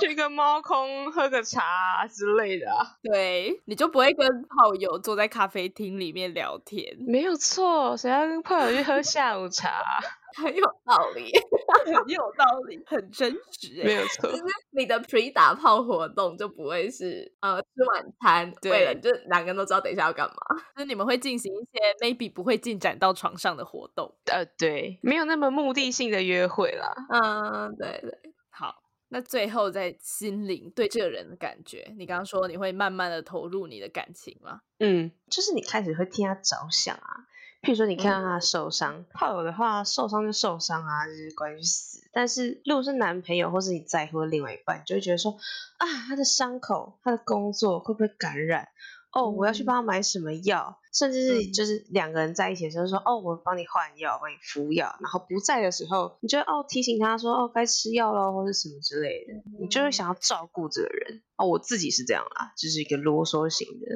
Speaker 2: 去个猫空喝个茶、啊、之类的、啊。
Speaker 1: 对，你就不会跟炮友坐在咖啡厅里面聊天，
Speaker 2: 没有错，谁要跟炮友去喝下午茶啊？
Speaker 3: [laughs] 很有道理。 [laughs]
Speaker 1: 很有道理，很真实、
Speaker 2: 没
Speaker 1: 欸。
Speaker 2: 有错
Speaker 3: 就。是你的 pre 打炮活动就不会是呃吃晚餐，
Speaker 1: 对
Speaker 3: 为了就两个人都知道等一下要干嘛。
Speaker 1: 就是你们会进行一些 maybe 不会进展到床上的活动。
Speaker 2: 呃，对，没有那么目的性的约会啦。
Speaker 3: 嗯，对对，
Speaker 1: 好，那最后在心灵对这个人的感觉，你刚刚说你会慢慢的投入你的感情吗？
Speaker 2: 嗯，就是你开始会替他着想啊。譬如说，你看到他受
Speaker 3: 嗯
Speaker 2: 伤，炮友的话，受伤就受伤啊，就是关于死。但是如果是男朋友或是你在乎的另外一半，你就会觉得说，啊，他的伤口，他的工作会不会感染？哦，我要去
Speaker 3: 嗯
Speaker 2: 帮他买什么药，甚至是
Speaker 3: 嗯
Speaker 2: 就是两个人在一起的时候说，哦，我帮你换药，帮你敷药，然后不在的时候，你就会哦提醒他说，哦，该吃药喽，或是什么之类的，
Speaker 3: 嗯
Speaker 2: 你就会想要照顾这个人。哦，我自己是这样啦，就是一个啰嗦型的。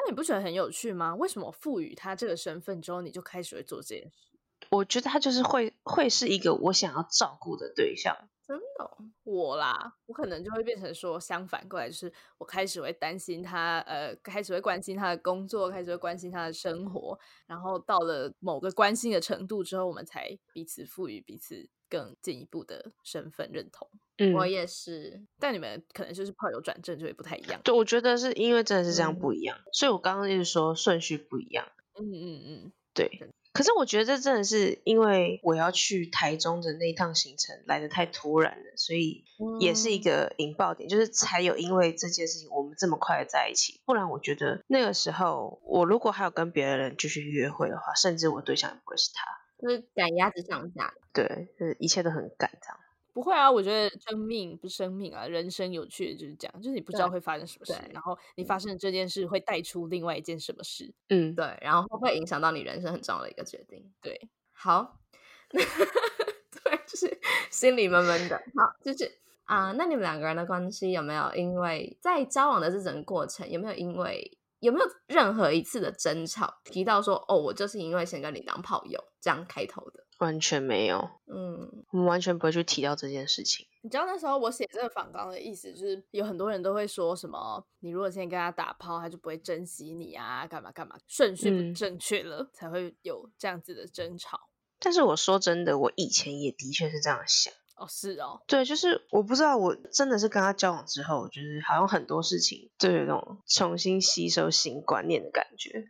Speaker 1: 那你不觉得很有趣吗？为什么赋予他这个身份之后，你就开始会做这件事？
Speaker 2: 我觉得他就是会会是一个我想要照顾的对象。
Speaker 3: 真的哦、
Speaker 1: 我啦，我可能就会变成说，相反过来，就是我开始会担心他，呃，开始会关心他的工作，开始会关心他的生活，然后到了某个关心的程度之后，我们才彼此赋予彼此更进一步的身份认同。
Speaker 2: 嗯
Speaker 3: 我也是，
Speaker 1: 但你们可能就是炮友转正就会不太一样。
Speaker 2: 对，我觉得是因为真的是这样
Speaker 3: 嗯
Speaker 2: 不一样，所以我刚刚一直说顺序不一样。
Speaker 1: 嗯嗯嗯，
Speaker 2: 对，可是我觉得这真的是因为我要去台中的那一趟行程来的太突然了，所以也是一
Speaker 3: 嗯
Speaker 2: 个引爆点，就是才有因为这件事情我们这么快的在一起。不然我觉得那个时候我如果还有跟别的人继续约会的话，甚至我对象也不会是他。
Speaker 3: 就是赶鸭子上架。
Speaker 2: 对，就是一切都很赶这样。
Speaker 1: 不会啊，我觉得生命不是生命啊，人生有趣的就是这样，就是你不知道
Speaker 3: 对
Speaker 1: 会发生什么事
Speaker 3: 对，
Speaker 1: 然后你发生的这件事会带出另外一件什么事。
Speaker 2: 嗯，
Speaker 3: 对，然后会影响到你人生很重要的一个决定。
Speaker 1: 对，
Speaker 3: 好， [laughs] 对，就是心里闷闷的。好，就是啊、那你们两个人的关系有没有因为在交往的这整个过程，有没有因为有没有任何一次的争吵提到说，哦，我就是因为想跟你当炮友这样开头的？
Speaker 2: 完全没有。
Speaker 3: 嗯，
Speaker 2: 我们完全不会去提到这件事情。
Speaker 1: 你知道那时候我写这个访纲的意思，就是有很多人都会说什么，你如果现在跟他打炮，他就不会珍惜你啊，干嘛干嘛，顺序
Speaker 2: 嗯
Speaker 1: 不正确了，才会有这样子的争吵。
Speaker 2: 但是我说真的，我以前也的确是这样想。
Speaker 1: 哦，是哦，
Speaker 2: 对，就是我不知道，我真的是跟他交往之后，就是好像很多事情就有一种重新吸收新观念的感觉。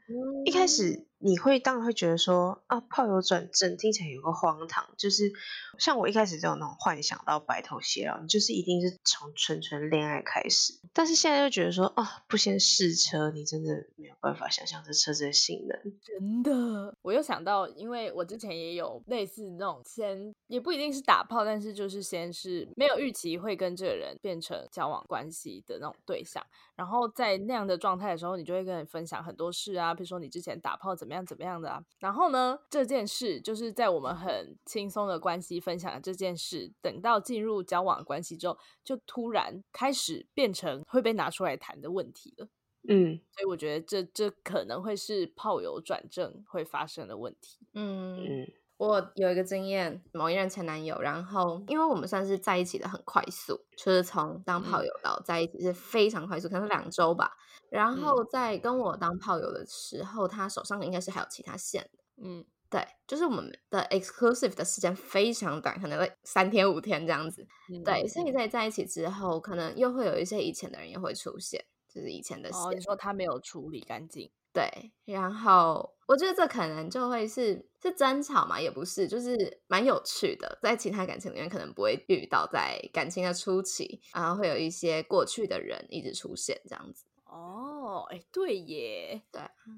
Speaker 2: 一开始你会当然会觉得说啊，炮友转正听起来有个荒唐，就是像我一开始就有那种幻想到白头偕老，你就是一定是从纯纯恋爱开始。但是现在就觉得说啊，不先试车，你真的没有办法想象这车子的性能。
Speaker 1: 真的，我又想到，因为我之前也有类似那种先，也不一定是打炮，但是就是先是没有预期会跟这个人变成交往关系的那种对象，然后在那样的状态的时候，你就会跟人分享很多事啊，比如说你之前打炮怎么样怎么样的啊，然后呢，这件事就是在我们很轻松的关系分享的这件事，等到进入交往关系之后，就突然开始变成会被拿出来谈的问题了。
Speaker 2: 嗯，
Speaker 1: 所以我觉得这这可能会是炮友转正会发生的问题。
Speaker 3: 嗯
Speaker 2: 嗯
Speaker 3: 我有一个经验，某一任前男友，然后因为我们算是在一起的很快速，就是从当炮
Speaker 1: 嗯
Speaker 3: 友到在一起是非常快速，可能两周吧。然
Speaker 1: 嗯
Speaker 3: 后在跟我当炮友的时候，他手上应该是还有其他线的，
Speaker 1: 嗯，
Speaker 3: 对，就是我们的 exclusive 的时间非常短，可能会三天五天这样子。对，所以
Speaker 1: 嗯
Speaker 3: 在在一起之
Speaker 1: 哦
Speaker 3: 后，可能又会有一些以前的人也会出现，就是以前的线。
Speaker 1: 哦，你说他没有处理干净，
Speaker 3: 对，然后我觉得这可能就会是是争吵嘛，也不是，就是蛮有趣的，在其他感情里面可能不会遇到，在感情的初期，然后会有一些过去的人一直出现这样子。
Speaker 1: 哦，哎，对耶，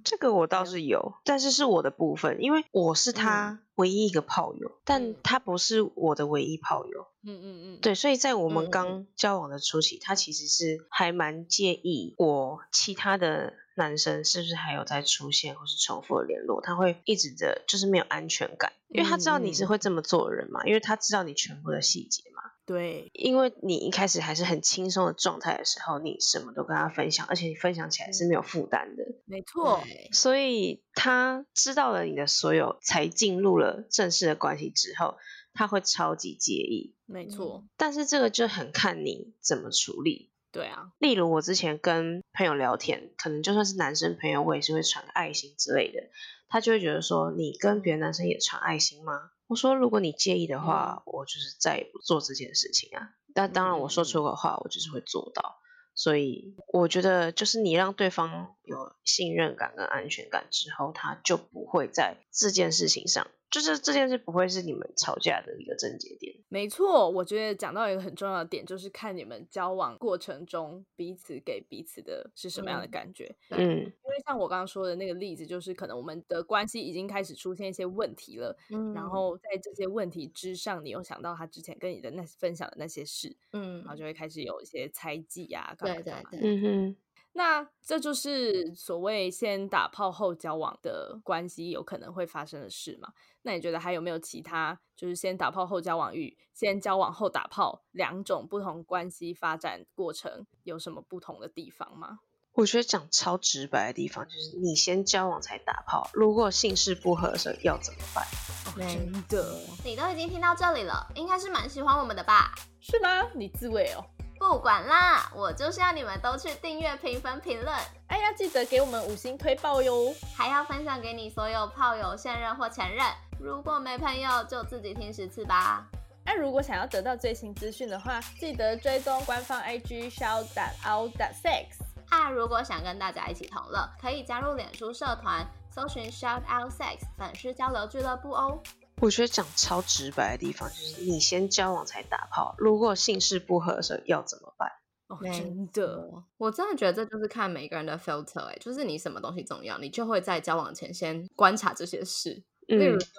Speaker 2: 这个我倒是有，但是是我的部分，因为我是他唯一一个炮友，
Speaker 3: 嗯
Speaker 2: 但他不是我的唯一炮友。
Speaker 1: 嗯嗯嗯，
Speaker 2: 对，所以在我们
Speaker 3: 嗯
Speaker 2: 刚交往的初期，他其实是还蛮介意我其他的男生是不是还有在出现或是重复的联络，他会一直的就是没有安全感，因为他知道你
Speaker 3: 嗯
Speaker 2: 是
Speaker 3: 嗯
Speaker 2: 会这么做的人嘛，因为他知道你全部的细节嘛。
Speaker 1: 对，
Speaker 2: 因为你一开始还是很轻松的状态的时候，你什么都跟他分享，而且你分享起来
Speaker 3: 嗯
Speaker 2: 是没有负担的，
Speaker 1: 没错，
Speaker 3: 对
Speaker 2: 所以他知道了你的所有，才进入了正式的关系之后，他会超级介意。
Speaker 1: 没
Speaker 3: 嗯
Speaker 1: 错，
Speaker 2: 但是这个就很看你怎么处理。
Speaker 1: 对啊，
Speaker 2: 例如我之前跟朋友聊天，可能就算是男生朋友，我也是会传爱心之类的，他就会觉得说你跟别的男生也传爱心吗？我说如果你介意的话，我就是再也不做这件事情啊。但当然我说出口的话，我就是会做到。所以我觉得，就是你让对方有信任感跟安全感之后，他就不会在这件事情上，就是这件事不会是你们吵架的一个症结点。
Speaker 1: 没错。我觉得讲到一个很重要的点，就是看你们交往过程中彼此给彼此的是什么样的
Speaker 3: 嗯
Speaker 1: 感觉。
Speaker 2: 嗯
Speaker 1: 因为像我刚刚说的那个例子，就是可能我们的关系已经开始出现一些问题了，
Speaker 3: 嗯
Speaker 1: 然后在这些问题之上，你又想到他之前跟你的那分享的那些事，
Speaker 3: 嗯
Speaker 1: 然，后就会开始有一些猜忌呀、啊，干嘛
Speaker 3: 对
Speaker 1: 干
Speaker 3: 对
Speaker 1: 嘛的
Speaker 3: 对，
Speaker 2: 嗯哼。
Speaker 1: 那这就是所谓先打炮后交往的关系有可能会发生的事嘛？那你觉得还有没有其他就是先打炮后交往与先交往后打炮两种不同关系发展过程有什么不同的地方吗？
Speaker 2: 我觉得讲超直白的地方就是，
Speaker 3: 嗯
Speaker 2: 你先交往才打炮，如果性事不合的时候要怎么办？
Speaker 1: 哦
Speaker 3: 没
Speaker 1: 真的
Speaker 3: 你都已经听到这里了，应该是蛮喜欢我们的吧？
Speaker 1: 是吗？你自慰哦？
Speaker 3: 不管啦，我就是要你们都去订阅、评分、评论，
Speaker 1: 哎呀，记得给我们五星推爆哟！
Speaker 3: 还要分享给你所有炮友、现任或前任。如果没朋友，就自己听十次吧。
Speaker 1: 那如果想要得到最新资讯的话，记得追踪官方 IG shout out sex。
Speaker 3: 啊，如果想跟大家一起同乐，可以加入脸书社团，搜寻 Shout Out Sex 粉丝交流俱乐部哦。
Speaker 2: 我觉得讲超直白的地方就是，你先交往才打炮，如果性事不合的时候要怎么办？
Speaker 1: 哦，
Speaker 3: 没
Speaker 1: 真的，
Speaker 3: 我真的觉得这就是看每个人的 filter，哎、就是你什么东西重要，你就会在交往前先观察这些事。例如
Speaker 2: 嗯
Speaker 3: 说，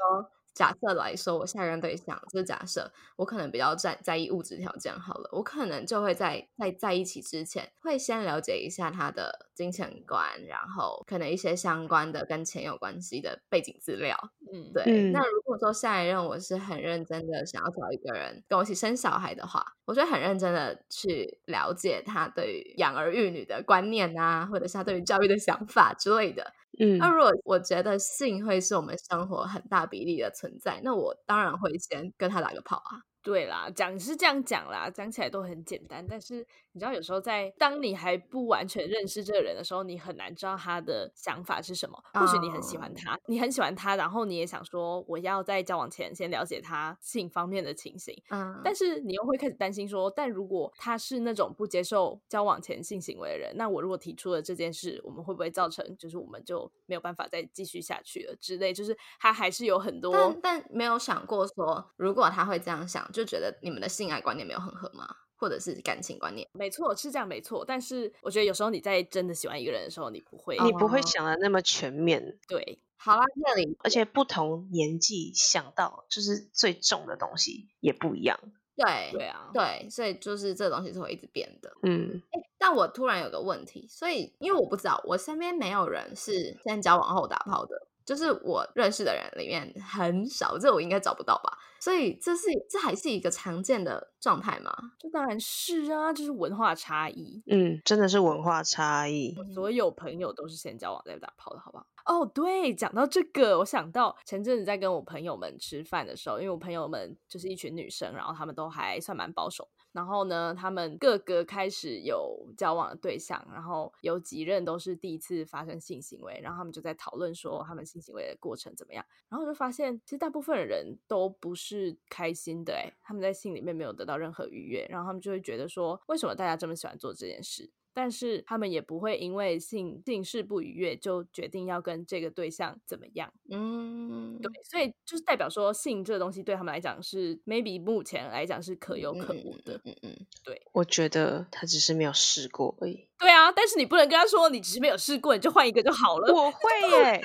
Speaker 3: 假设来说，我下一任对象，就是假设我可能比较在在意物质条件好了，我可能就会在在在一起之前，会先了解一下他的金钱观，然后可能一些相关的跟钱有关系的背景资料。
Speaker 1: 嗯，
Speaker 3: 对，那
Speaker 2: 嗯
Speaker 3: 如果说下一任我是很认真的想要找一个人跟我一起生小孩的话，我就会很认真的去了解他对于养儿育女的观念啊，或者是他对于教育的想法之类的。那
Speaker 2: 嗯
Speaker 3: 如果我觉得性会是我们生活很大比例的存在，那我当然会先跟他打个炮啊。
Speaker 1: 对啦，讲是这样讲啦，讲起来都很简单，但是你知道，有时候在当你还不完全认识这个人的时候，你很难知道他的想法是什么。或许你很喜欢他，你很喜欢他，然后你也想说，我要在交往前先了解他性方面的情形，
Speaker 3: 嗯，
Speaker 1: 但是你又会开始担心说，但如果他是那种不接受交往前性行为的人，那我如果提出了这件事，我们会不会造成就是我们就没有办法再继续下去了之类？就是他还是有很多
Speaker 3: 但但没有想过说，如果他会这样想，就觉得你们的性爱观念没有很合吗？或者是感情观念？
Speaker 1: 没错，是这样没错。但是我觉得有时候你在真的喜欢一个人的时候，你不会、
Speaker 2: 你不会
Speaker 3: 哦
Speaker 2: 想的那么全面，
Speaker 1: 对
Speaker 3: 好啦，这里
Speaker 2: 而且不同年纪想到就是最重的东西也不一样。
Speaker 3: 对
Speaker 1: 对啊，
Speaker 3: 对，所以就是这东西是会一直变的。
Speaker 2: 嗯，
Speaker 3: 但我突然有个问题，所以因为我不知道，我身边没有人是先交往后打炮的，就是我认识的人里面很少，这我应该找不到吧？所以这是这还是一个常见的状态吗？
Speaker 1: 这当然是啊，就是文化差异。
Speaker 2: 嗯，真的是文化差异。
Speaker 1: 我所有朋友都是先交往再打炮的，好不好？哦，对，讲到这个，我想到前阵子在跟我朋友们吃饭的时候，因为我朋友们就是一群女生，然后她们都还算蛮保守。然后呢，她们各个开始有交往的对象，然后有几任都是第一次发生性行为，然后他们就在讨论说他们性行为的过程怎么样。然后我就发现，其实大部分的人都不是开心的、欸，他们在性里面没有得到任何愉悦，然后他们就会觉得说，为什么大家这么喜欢做这件事？但是他们也不会因为性性事不愉悦就决定要跟这个对象怎么样。
Speaker 3: 嗯，
Speaker 1: 对，所以就是代表说性这个东西对他们来讲是 maybe 目前来讲是可有可无的。
Speaker 3: 嗯嗯，
Speaker 2: 我觉得他只是没有试过而已。
Speaker 1: 对啊，但是你不能跟他说你只是没有试过，你就换一个就好了。
Speaker 2: [laughs] 我会耶，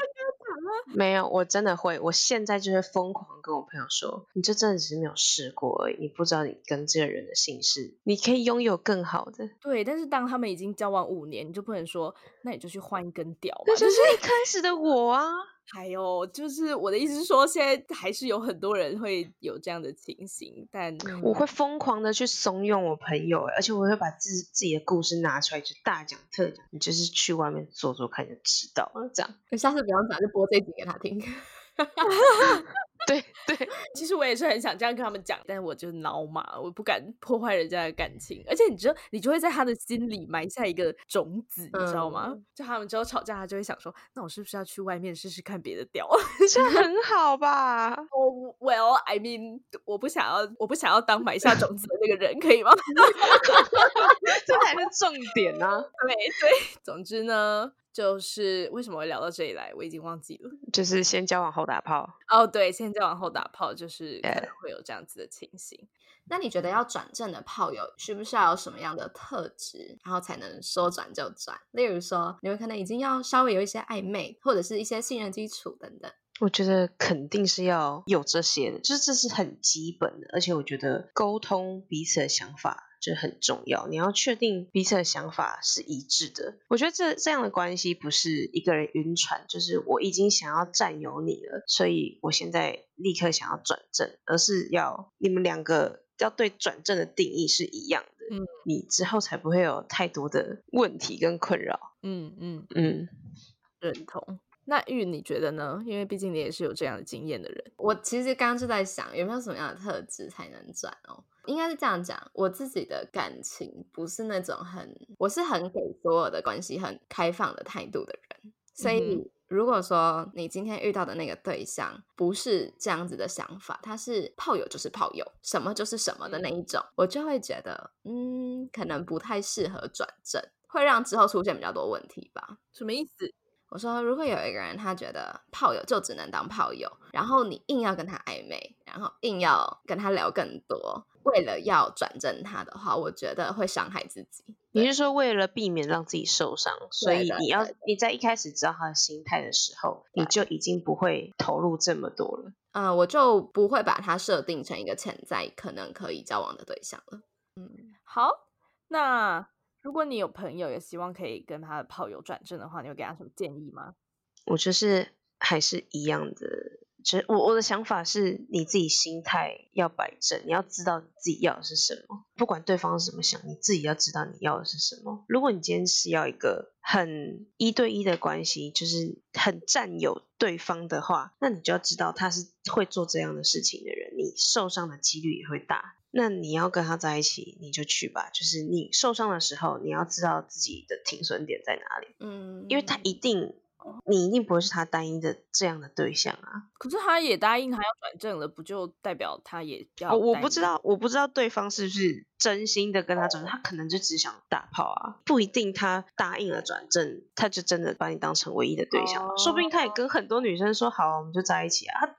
Speaker 2: 没有，我真的会。我现在就会疯狂跟我朋友说，你这真的只是没有试过而已，你不知道你跟这个人的姓氏，你可以拥有更好的。
Speaker 1: 对，但是当他们已经交往五年，你就不能说那你就去换一根屌嘛。
Speaker 2: 那
Speaker 1: 就
Speaker 2: 就是是一开始的我啊。
Speaker 1: 还有就是我的意思是说，现在还是有很多人会有这样的情形，但
Speaker 2: [laughs]
Speaker 3: 嗯
Speaker 2: 我会疯狂的去怂恿我朋友，欸而且我会把自自己的故事拿出来，就大讲特讲。你就是去外面做做看就知道了，这样。
Speaker 3: 你下次不用讲，就播这一集给他听。
Speaker 2: 对对，
Speaker 1: 其实我也是很想这样跟他们讲，但我就挠嘛，我不敢破坏人家的感情，而且你知道，你就会在他的心里埋下一个种子，你知道吗？
Speaker 3: 嗯
Speaker 1: 就他们之后吵架，他就会想说，那我是不是要去外面试试看别的 [laughs] 屌？
Speaker 2: 这样很好吧？
Speaker 1: 哦、well，I mean，我不想要，我不想要当埋下种子的那个人，可以吗？
Speaker 2: [laughs] 这才是重点
Speaker 1: [laughs]
Speaker 2: 啊！
Speaker 1: 对对，总之呢，就是为什么会聊到这里来，我已经忘记了。
Speaker 2: [laughs] 就是先交往后打炮。
Speaker 1: 哦，对，现在往后打炮就是可能
Speaker 2: 对
Speaker 1: 会有这样子的情形。
Speaker 3: 那你觉得要转正的炮友，需不需要有什么样的特质，然后才能说转就转？例如说，你们可能已经要稍微有一些暧昧，或者是一些信任基础等等。
Speaker 2: 我觉得肯定是要有这些的，就是这是很基本的，而且我觉得沟通彼此的想法就很重要。你要确定彼此的想法是一致的。我觉得这这样的关系不是一个人晕船，就是我已经想要占有你了，所以我现在立刻想要转正，而是要你们两个要对转正的定义是一样的，
Speaker 1: 嗯
Speaker 2: 你之后才不会有太多的问题跟困扰。
Speaker 1: 嗯嗯，
Speaker 2: 嗯，
Speaker 1: 认同。那玉，你觉得呢？因为毕竟你也是有这样的经验的人。
Speaker 3: 我其实刚刚就在想，有没有什么样的特质才能转哦？应该是这样讲，我自己的感情不是那种很，我是很给所有的关系很开放的态度的人，所
Speaker 1: 嗯
Speaker 3: 以。如果说你今天遇到的那个对象不是这样子的想法，他是炮友就是炮友，什么就是什么的那一种，我就会觉得，嗯，可能不太适合转正，会让之后出现比较多问题吧。
Speaker 1: 什么意思？
Speaker 3: 我说，如果有一个人他觉得炮友就只能当炮友，然后你硬要跟他暧昧，然后硬要跟他聊更多，为了要转正他的话，我觉得会伤害自己。
Speaker 2: 你是说为了避免让自己受伤，所
Speaker 3: 对
Speaker 2: 以
Speaker 3: 的
Speaker 2: 你要
Speaker 3: 对的
Speaker 2: 你在一开始知道他的心态的时候，
Speaker 3: 对
Speaker 2: 你就已经不会投入这么多了。
Speaker 3: 嗯、我就不会把他设定成一个潜在可能可以交往的对象了。
Speaker 1: 好，那如果你有朋友也希望可以跟他的炮友转正的话，你会给他什么建议吗？
Speaker 2: 我就是还是一样的，就是我我的想法是，你自己心态要摆正，你要知道你自己要的是什么，不管对方是怎么想，你自己要知道你要的是什么。如果你今天是要一个很一对一的关系，就是很占有对方的话，那你就要知道他是会做这样的事情的人，你受伤的几率也会大。那你要跟他在一起，你就去吧。就是你受伤的时候，你要知道自己的停损点在哪里。
Speaker 3: 嗯，
Speaker 2: 因为他一定，你一定不会是他单一的这样的对象啊。
Speaker 1: 可是他也答应他要转正了，不就代表他也要？
Speaker 2: 哦，我不知。道，我不知道对方是不是真心的跟他转正，他可能就只想打炮啊，不一定他答应了转正，他就真的把你当成唯一的对象嘛。说不定他也跟很多女生说好啊，我们就在一起啊。他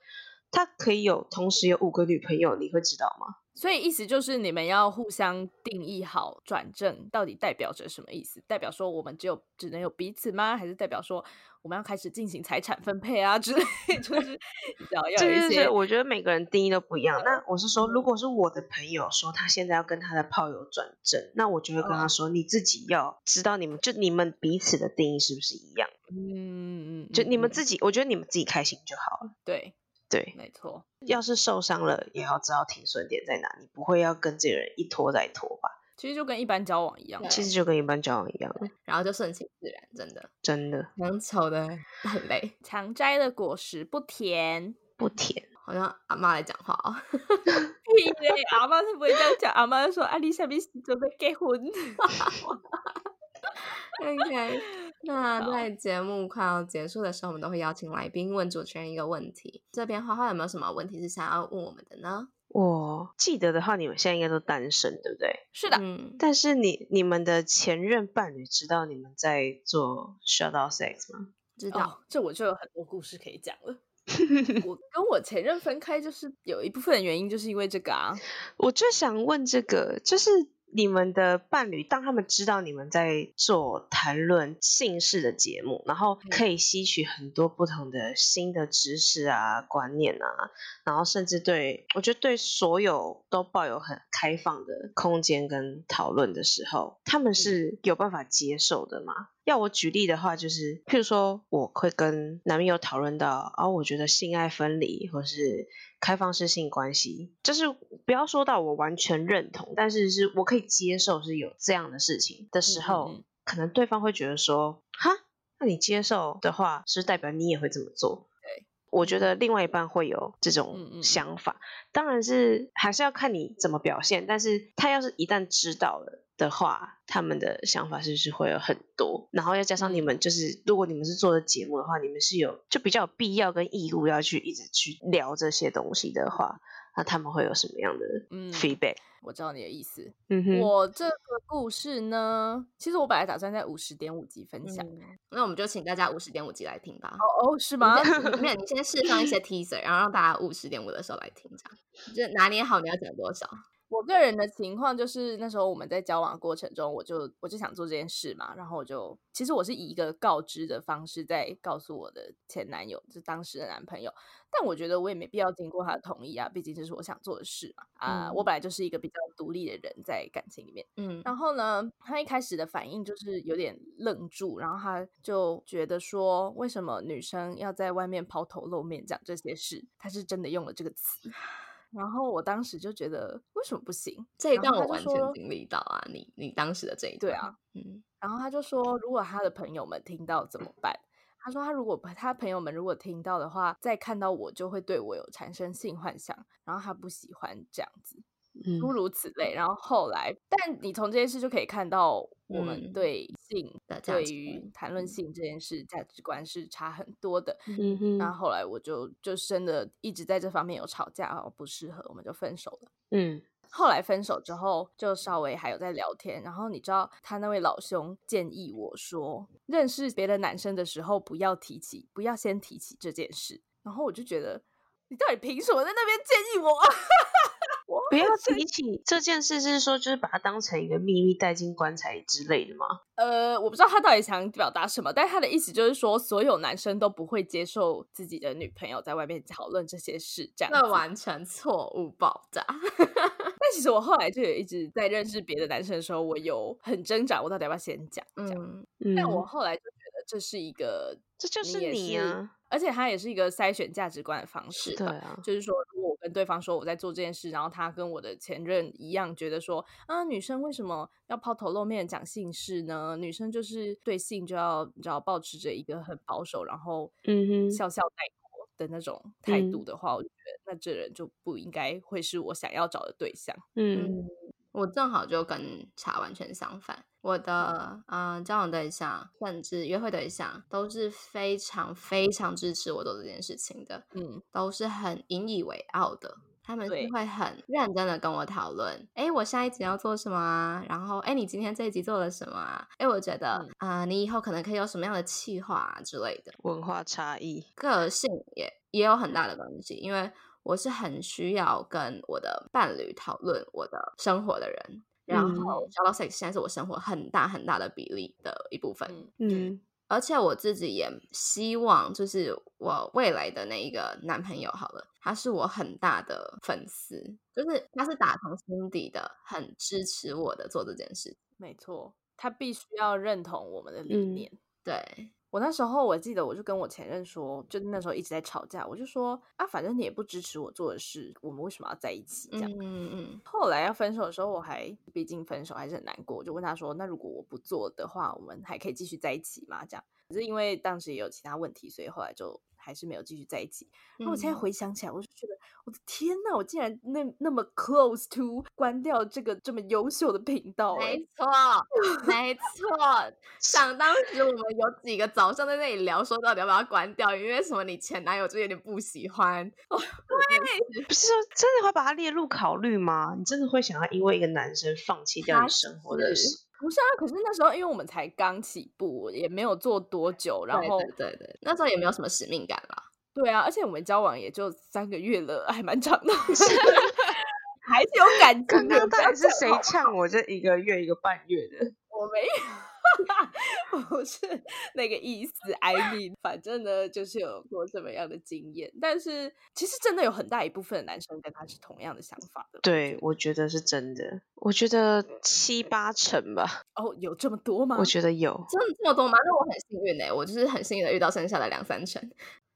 Speaker 2: 他可以有同时有五个女朋友，你会知道吗？
Speaker 1: 所以意思就是你们要互相定义好转正到底代表着什么意思？代表说我们只有只能有彼此吗？还是代表说我们要开始进行财产分配啊之类？ [laughs] 就是你知 [laughs] 道要有
Speaker 2: 对
Speaker 1: 一
Speaker 2: 对
Speaker 1: 些
Speaker 2: 对，我觉得每个人定义都不一样。那我是说，如果是我的朋友说他现在要跟他的炮友转正，那我就会跟
Speaker 1: 嗯
Speaker 2: 他说，你自己要知道你们就你们彼此的定义是不是一样，
Speaker 1: 嗯，嗯
Speaker 2: 就你们
Speaker 1: 嗯
Speaker 2: 自己，我觉得你们自己开心就好了。
Speaker 1: 对，
Speaker 2: 对，
Speaker 1: 没错，
Speaker 2: 要是受伤了，也要知道停损点在哪，你不会要跟这个人一拖再拖吧？
Speaker 1: 其实就跟一般交往一样。
Speaker 2: 其实就跟一般交往一样，
Speaker 1: 嗯
Speaker 3: 然后就顺其自然，真的
Speaker 2: 真的
Speaker 3: 能丑的 [laughs] 很累，
Speaker 1: 强摘的果实不甜，
Speaker 2: 不甜。
Speaker 3: 好像阿妈来讲话哦。
Speaker 1: 屁嘞！阿妈是不会这样讲，阿妈就说：“啊，你下面准备结婚。 [laughs]
Speaker 3: OK，那
Speaker 1: 好
Speaker 3: 在节目快要结束的时候，我们都会邀请来宾问主持人一个问题。这边花花有没有什么问题是想要问我们的呢？
Speaker 2: 我记得的话，你们现在应该都单身，对不对？
Speaker 1: 是的，
Speaker 3: 嗯，
Speaker 2: 但是你你们的前任伴侣知道你们在做 shut out sex 吗？
Speaker 3: 知道。
Speaker 1: 哦，这我就有很多故事可以讲了。我跟我前任分开，就是有一部分的原因，就是因为这个啊。
Speaker 2: 我就想问这个，就是你们的伴侣，当他们知道你们在做谈论性事的节目，然后可以吸取很多不同的新的知识啊、观念啊，然后甚至对我觉得对所有都抱有很开放的空间跟讨论的时候，他
Speaker 1: 嗯
Speaker 2: 们是有办法接受的吗？要我举例的话，就是譬如说，我会跟男朋友讨论到，啊，我觉得性爱分离或是开放式性关系，就是不要说到我完全认同，但是是我可以接受是有这样的事情的时
Speaker 1: 嗯
Speaker 2: 候，
Speaker 1: 嗯
Speaker 2: 可能对方会觉得说，哈，那你接受的话，是代表你也会这么做。
Speaker 1: 对，
Speaker 2: 我觉得另外一半会有
Speaker 1: 嗯嗯
Speaker 2: 这种
Speaker 1: 嗯
Speaker 2: 想法，当然是还是要看你怎么表现，但是他要是一旦知道了的话，他们的想法是不是会有很多？然后要加上
Speaker 1: 嗯
Speaker 2: 你们就是，如果你们是做的节目的话，你们是有就比较有必要跟义务要去一直去聊这些东西的话，那他们会有什么样的
Speaker 1: 嗯
Speaker 2: feedback？
Speaker 1: 我知道你的意思。
Speaker 2: 嗯哼，
Speaker 1: 我这个故事呢，其实我本来打算在五十点五集分享。
Speaker 3: 嗯那我们就请大家五十点五集来听吧。
Speaker 1: 哦哦，是
Speaker 3: 你
Speaker 1: 吗？
Speaker 3: 先没有，你先释放一些 teaser，然后让大家五十点五的时候来听，这样就是拿捏好你要讲多少。
Speaker 1: 我个人的情况就是那时候我们在交往的过程中，我就我就想做这件事嘛，然后我就其实我是以一个告知的方式在告诉我的前男友，就是当时的男朋友，但我觉得我也没必要经过他的同意啊，毕竟这是我想做的事嘛，啊、我
Speaker 3: 嗯
Speaker 1: 本来就是一个比较独立的人，在感情里面。
Speaker 3: 嗯，
Speaker 1: 然后呢，他一开始的反应就是有点愣住，然后他就觉得说，为什么女生要在外面抛头露面讲这些事？他是真的用了这个词。然后我当时就觉得，为什么不行？
Speaker 3: 这一
Speaker 1: 然
Speaker 3: 段
Speaker 1: 后
Speaker 3: 我
Speaker 1: 他就
Speaker 3: 完全
Speaker 1: 说
Speaker 3: 经历到啊，你你当时的这一
Speaker 1: 对
Speaker 3: 段，
Speaker 1: 啊，
Speaker 3: 嗯，
Speaker 1: 然后他就说，如果他的朋友们听到怎么办？他说他如果他朋友们如果听到的话，再看到我就会对我有产生性幻想，然后他不喜欢这样子。
Speaker 2: 嗯
Speaker 1: 诸如此类。然后后来，但你从这件事就可以看到，我们
Speaker 3: 嗯
Speaker 1: 对性、
Speaker 3: 的价
Speaker 1: 对
Speaker 3: 值
Speaker 1: 于
Speaker 3: 观
Speaker 1: 谈论
Speaker 3: 嗯
Speaker 1: 性这件事价值观是差很多的。
Speaker 2: 嗯哼，
Speaker 1: 那后来我就就真的一直在这方面有吵架，哦，不适合，我们就分手了。
Speaker 2: 嗯
Speaker 1: 后来分手之后，就稍微还有在聊天。然后你知道，他那位老兄建议我说，认识别的男生的时候不要提起，不要先提起这件事。然后我就觉得，你到底凭什么在那边建议我？啊我
Speaker 2: 不要
Speaker 1: 很
Speaker 2: 提起这件事，是说就是把它当成一个秘密带进棺材之类的吗？
Speaker 1: [laughs] 呃，我不知道他到底想表达什么，但他的意思就是说，所有男生都不会接受自己的女朋友在外面讨论这些事，这样
Speaker 3: 那
Speaker 1: 子。
Speaker 3: 完全错误爆炸。
Speaker 1: 但其实我后来就有一直在认识别的男生的时候，我有很挣扎，我到底要不要先讲？ [laughs] 这样。
Speaker 3: 嗯，
Speaker 2: 嗯，
Speaker 1: 但我后来就觉得这是一个，
Speaker 2: 这就是
Speaker 1: 也
Speaker 2: 你啊，
Speaker 1: 而且它也是一个筛选价值观的方式
Speaker 2: 对
Speaker 1: 吧。
Speaker 2: 啊，
Speaker 1: 就是说，如果我跟对方说我在做这件事，然后他跟我的前任一样，觉得说啊，女生为什么要抛头露面讲性事呢？女生就是对性就要你知道保持着一个很保守，然后
Speaker 2: 嗯哼
Speaker 1: 笑笑带过的那种态
Speaker 2: 嗯
Speaker 1: 度的话，我就觉得那这人就不应该会是我想要找的对象。
Speaker 2: 嗯
Speaker 3: 我正好就跟茶完全相反，我的嗯、呃交往对象甚至约会对象都是非常非常支持我做这件事情的，
Speaker 1: 嗯，
Speaker 3: 都是很引以为傲的。他们是
Speaker 1: 对
Speaker 3: 会很认真的跟我讨论，哎，我下一集要做什么啊？然后，哎，你今天这一集做了什么啊？哎，我觉得，啊、你以后可能可以有什么样的计划啊之类的。
Speaker 2: 文化差异，
Speaker 3: 个性也也有很大的关系，因为我是很需要跟我的伴侣讨论我的生活的人。然后
Speaker 2: 嗯
Speaker 3: s h a l o sex 现在是我生活很大很大的比例的一部分，
Speaker 1: 嗯
Speaker 2: 嗯
Speaker 3: 而且我自己也希望，就是我未来的那一个男朋友好了，他是我很大的粉丝，就是他是打从心底的很支持我的做这件事。
Speaker 1: 没错，他必须要认同我们的理
Speaker 2: 嗯
Speaker 1: 念。
Speaker 3: 对，
Speaker 1: 我那时候我记得，我就跟我前任说，就那时候一直在吵架，我就说啊，反正你也不支持我做的事，我们为什么要在一起？这
Speaker 3: 嗯
Speaker 1: 样。
Speaker 3: 嗯嗯，
Speaker 1: 后来要分手的时候，我还毕竟分手还是很难过，我就问他说：“那如果我不做的话，我们还可以继续在一起吗？”这样，可是因为当时也有其他问题，所以后来就还还是没有继续在一起。那我现在
Speaker 3: 嗯
Speaker 1: 回想起来，我就觉得我的天呐，我竟然那那么 close to 关掉这个这么优秀的频道、欸，
Speaker 3: 没错，没错。想当时我们有几个早上在那里聊，说到底要不要关掉，因为什么你前男友就有点不喜欢。哦，
Speaker 2: [laughs]
Speaker 3: 对，
Speaker 2: 不是说真的会把他列入考虑吗？你真的会想要因为一个男生放弃掉
Speaker 3: 他
Speaker 2: 你生活的
Speaker 3: 是
Speaker 2: 事？
Speaker 1: 不是啊，可是那时候因为我们才刚起步，也没有做多久，然
Speaker 3: 对
Speaker 1: 后
Speaker 3: 对对对，那时候也没有什么使命感啦。
Speaker 1: 对啊，而且我们交往也就三个月了，还蛮
Speaker 2: [laughs]
Speaker 1: 长的， [laughs] 还是有感情的。
Speaker 2: 刚刚
Speaker 1: 不
Speaker 2: 到
Speaker 1: 要
Speaker 2: 底是
Speaker 1: 这样
Speaker 2: 谁
Speaker 1: 好
Speaker 2: 呛我这一个月一个半月的？
Speaker 1: 我没有， [laughs] 不是那个意思。I mean，反正呢，就是有过这么样的经验。但是其实真的有很大一部分的男生跟他是同样的想法的。
Speaker 2: [laughs] 对，我觉得是真的。我觉得七八成吧，
Speaker 1: 哦，有这么多吗？
Speaker 2: 我觉得有。
Speaker 3: 真的这么多吗？那我很幸运哎、我就是很幸运的遇到剩下的两三成。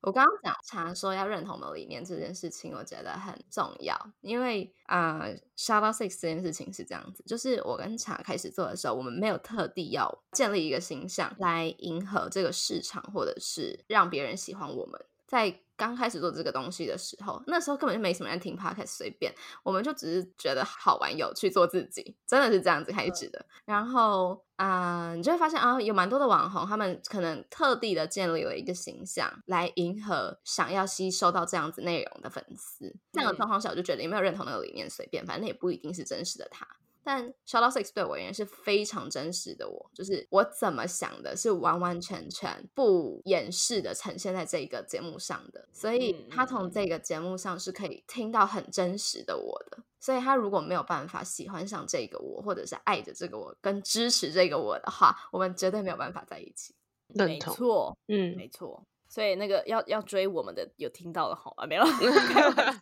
Speaker 3: 我刚刚讲常说要认同我们的理念这件事情，我觉得很重要，因为啊、呃 s h o u t out six 这件事情是这样子，就是我跟茶开始做的时候，我们没有特地要建立一个形象来迎合这个市场，或者是让别人喜欢我们。在刚开始做这个东西的时候，那时候根本就没什么人听 podcast，随便，我们就只是觉得好玩有趣，做自己，真的是这样子开始的。然后啊、呃你就会发现啊，有蛮多的网红，他们可能特地的建立了一个形象来迎合想要吸收到这样子内容的粉丝。这样的
Speaker 1: 嗯
Speaker 3: 状况下，我就觉得也没有认同那个理念，随便，反正也不一定是真实的他。但 s h o u t Out Six 对我而言是非常真实的我，就是我怎么想的，是完完全全不掩饰的呈现在这个节目上的，所以
Speaker 1: 嗯
Speaker 3: 他
Speaker 1: 嗯
Speaker 3: 从
Speaker 1: 嗯
Speaker 3: 这个节目上是可以听到很真实的我的。所以他如果没有办法喜欢上这个我，或者是爱着这个我，跟支持这个我的话，我们绝对没有办法在一起。
Speaker 2: 认
Speaker 1: 没
Speaker 2: 同
Speaker 1: 错，
Speaker 2: 嗯，
Speaker 1: 没错。所以那个要要追我们的有听到了好啊，没
Speaker 2: [laughs]
Speaker 1: 了，开玩笑。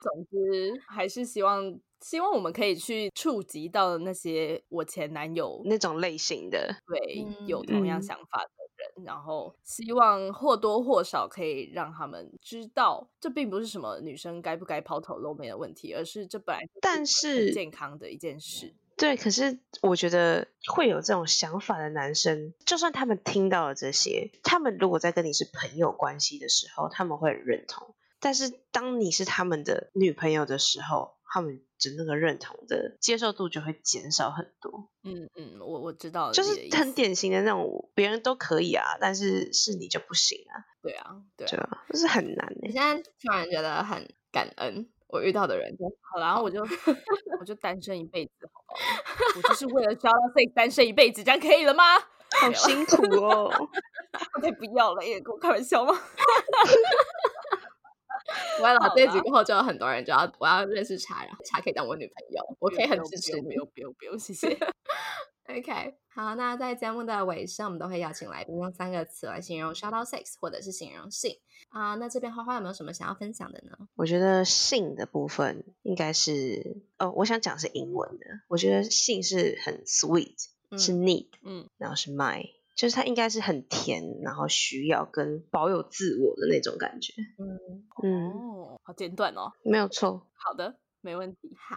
Speaker 1: 总之还是希望希望我们可以去触及到那些我前男友
Speaker 2: 那种类型的，
Speaker 1: 对有
Speaker 3: 嗯
Speaker 1: 同样
Speaker 2: 嗯
Speaker 1: 想法的人，然后希望或多或少可以让他们知道，这并不是什么女生该不该抛头露面的问题，而是这本来就
Speaker 2: 但
Speaker 1: 很
Speaker 2: 是
Speaker 1: 健康的一件事。
Speaker 2: 对，可是我觉得会有这种想法的男生，就算他们听到了这些，他们如果在跟你是朋友关系的时候，他们会很认同；但是当你是他们的女朋友的时候，他们的那个认同的接受度就会减少很多，
Speaker 1: 嗯嗯，我我知道了
Speaker 2: 就
Speaker 1: 你
Speaker 2: 呃是
Speaker 1: 的意
Speaker 2: 很
Speaker 1: 思
Speaker 2: 典型的那种别人都可以啊，但是是你就不行啊，
Speaker 1: 对啊对
Speaker 2: 对
Speaker 1: 啊。
Speaker 2: 吧、就是很难
Speaker 3: 我
Speaker 2: 欸
Speaker 3: 现在突然觉得很感恩，我遇到的人真的
Speaker 1: 好啦，然后我就我就单身一辈子，好不好？我就是为了 s h o u t Six 单身一辈子，这样可以了吗？
Speaker 2: 好辛苦哦。
Speaker 1: 我才不要了耶！跟我开玩笑吗？
Speaker 3: 我了
Speaker 1: 好
Speaker 3: 这一集
Speaker 1: 啦
Speaker 3: 过后，就有很多人就要我要认识茶，然后茶可以当我女朋友，我
Speaker 1: 我
Speaker 3: 可以很支持
Speaker 1: 不
Speaker 3: 你。
Speaker 1: 用不用不 [laughs] 用，谢谢。
Speaker 3: OK，好，那在节目的尾声，我们都会邀请来宾用三个词来形容 shout out sex 或者是形容性啊、那这边花花有没有什么想要分享的呢？
Speaker 2: 我觉得性的部分应该是，哦，我想讲是英文的。我觉得性是很 sweet，、是
Speaker 3: 嗯
Speaker 2: need，
Speaker 1: 嗯，
Speaker 2: 然后是 my，就是它应该是很甜，然后需要跟保有自我的那种感觉。
Speaker 3: 嗯，
Speaker 2: 嗯，
Speaker 1: 哦，好简短哦。
Speaker 2: 没有错。
Speaker 1: 好的，没问题。
Speaker 3: 好。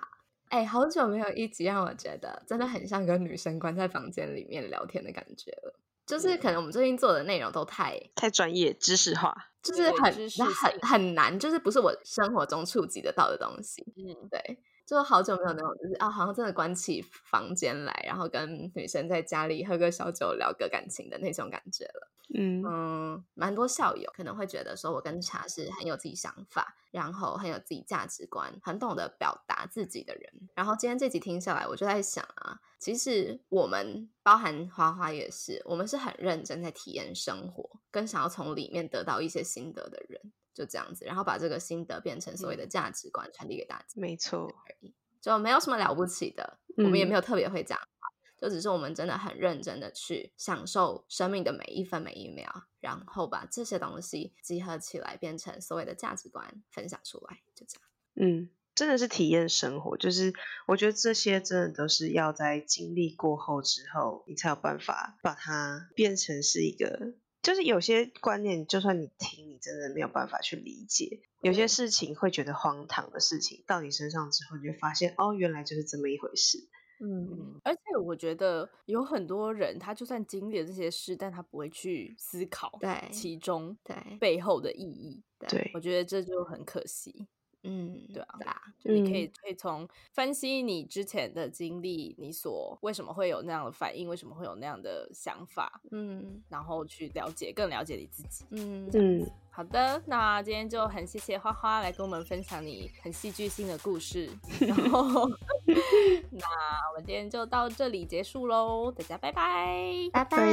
Speaker 3: 哎、好久没有一集让我觉得真的很像跟女生关在房间里面聊天的感觉了。就是可能我们最近做的内容都太，
Speaker 2: 太专业、知识化，
Speaker 3: 就
Speaker 1: 对
Speaker 3: 是
Speaker 1: 对
Speaker 3: 很
Speaker 1: 知识
Speaker 3: 那很
Speaker 1: 性
Speaker 3: 很难，就是不是我生活中触及得到的东西。
Speaker 1: 嗯，
Speaker 3: 对，就好久没有那种，就是啊，好像真的关起房间来，然后跟女生在家里喝个小酒、聊个感情的那种感觉了。
Speaker 2: 嗯，
Speaker 3: 嗯，蛮多校友可能会觉得说，我跟茶是很有自己想法，然后很有自己价值观，很懂得表达自己的人。然后今天这集听下来，我就在想啊，其实我们包含花花也是，我们是很认真在体验生活，跟想要从里面得到一些心得的人。就这样子，然后把这个心得变成所谓的价值观，传递给大家。
Speaker 2: 没错。
Speaker 3: 而已，就没有什么了不起的。我们也没
Speaker 2: 嗯
Speaker 3: 有特别会讲话，就只是我们真的很认真的去享受生命的每一分每一秒，然后把这些东西集合起来，变成所谓的价值观分享出来，就这样。
Speaker 2: 嗯，真的是体验生活，就是我觉得这些真的都是要在经历过后之后，你才有办法把它变成是一个，就是有些观念，就算你听，你真的没有办法去理解。有些
Speaker 3: 对
Speaker 2: 事情会觉得荒唐的事情，到你身上之后，你就发现哦，原来就是这么一回事。嗯，
Speaker 3: 而且我觉得有很多人，他就算经历了这些事，但他不会去思考
Speaker 4: 对
Speaker 3: 其中
Speaker 4: 对
Speaker 3: 背后的意义。
Speaker 2: 对
Speaker 3: 我觉得这就很可惜。
Speaker 4: 嗯，
Speaker 3: 对啊
Speaker 4: 啊，
Speaker 3: 就你可以可以从分析你之前的经历，你所为什么会有那样的反应，为什么会有那样的想法，
Speaker 4: 嗯
Speaker 3: 然后去了解更了解你自己。
Speaker 4: 嗯
Speaker 2: 嗯，
Speaker 3: 好的，那今天就很谢谢花花来跟我们分享你很戏剧性的
Speaker 4: [laughs]
Speaker 3: 故事，然后那我们今天就到这里结束喽，大家拜拜。
Speaker 4: 拜
Speaker 2: 拜。
Speaker 4: 拜。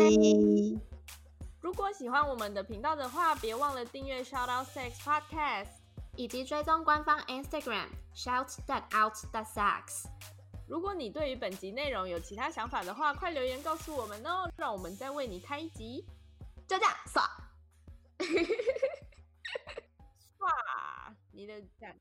Speaker 3: 如果喜欢我们的频道的话，别忘了订阅 Shout Out Sex Podcast。
Speaker 4: 以及追踪官方 Instagram shout that out that sucks。
Speaker 3: 如果你对于本集内容有其他想法的话，快留言告诉我们哦，让我们再为你开一集。
Speaker 4: 就这样，爽。
Speaker 3: 哇，你的赞。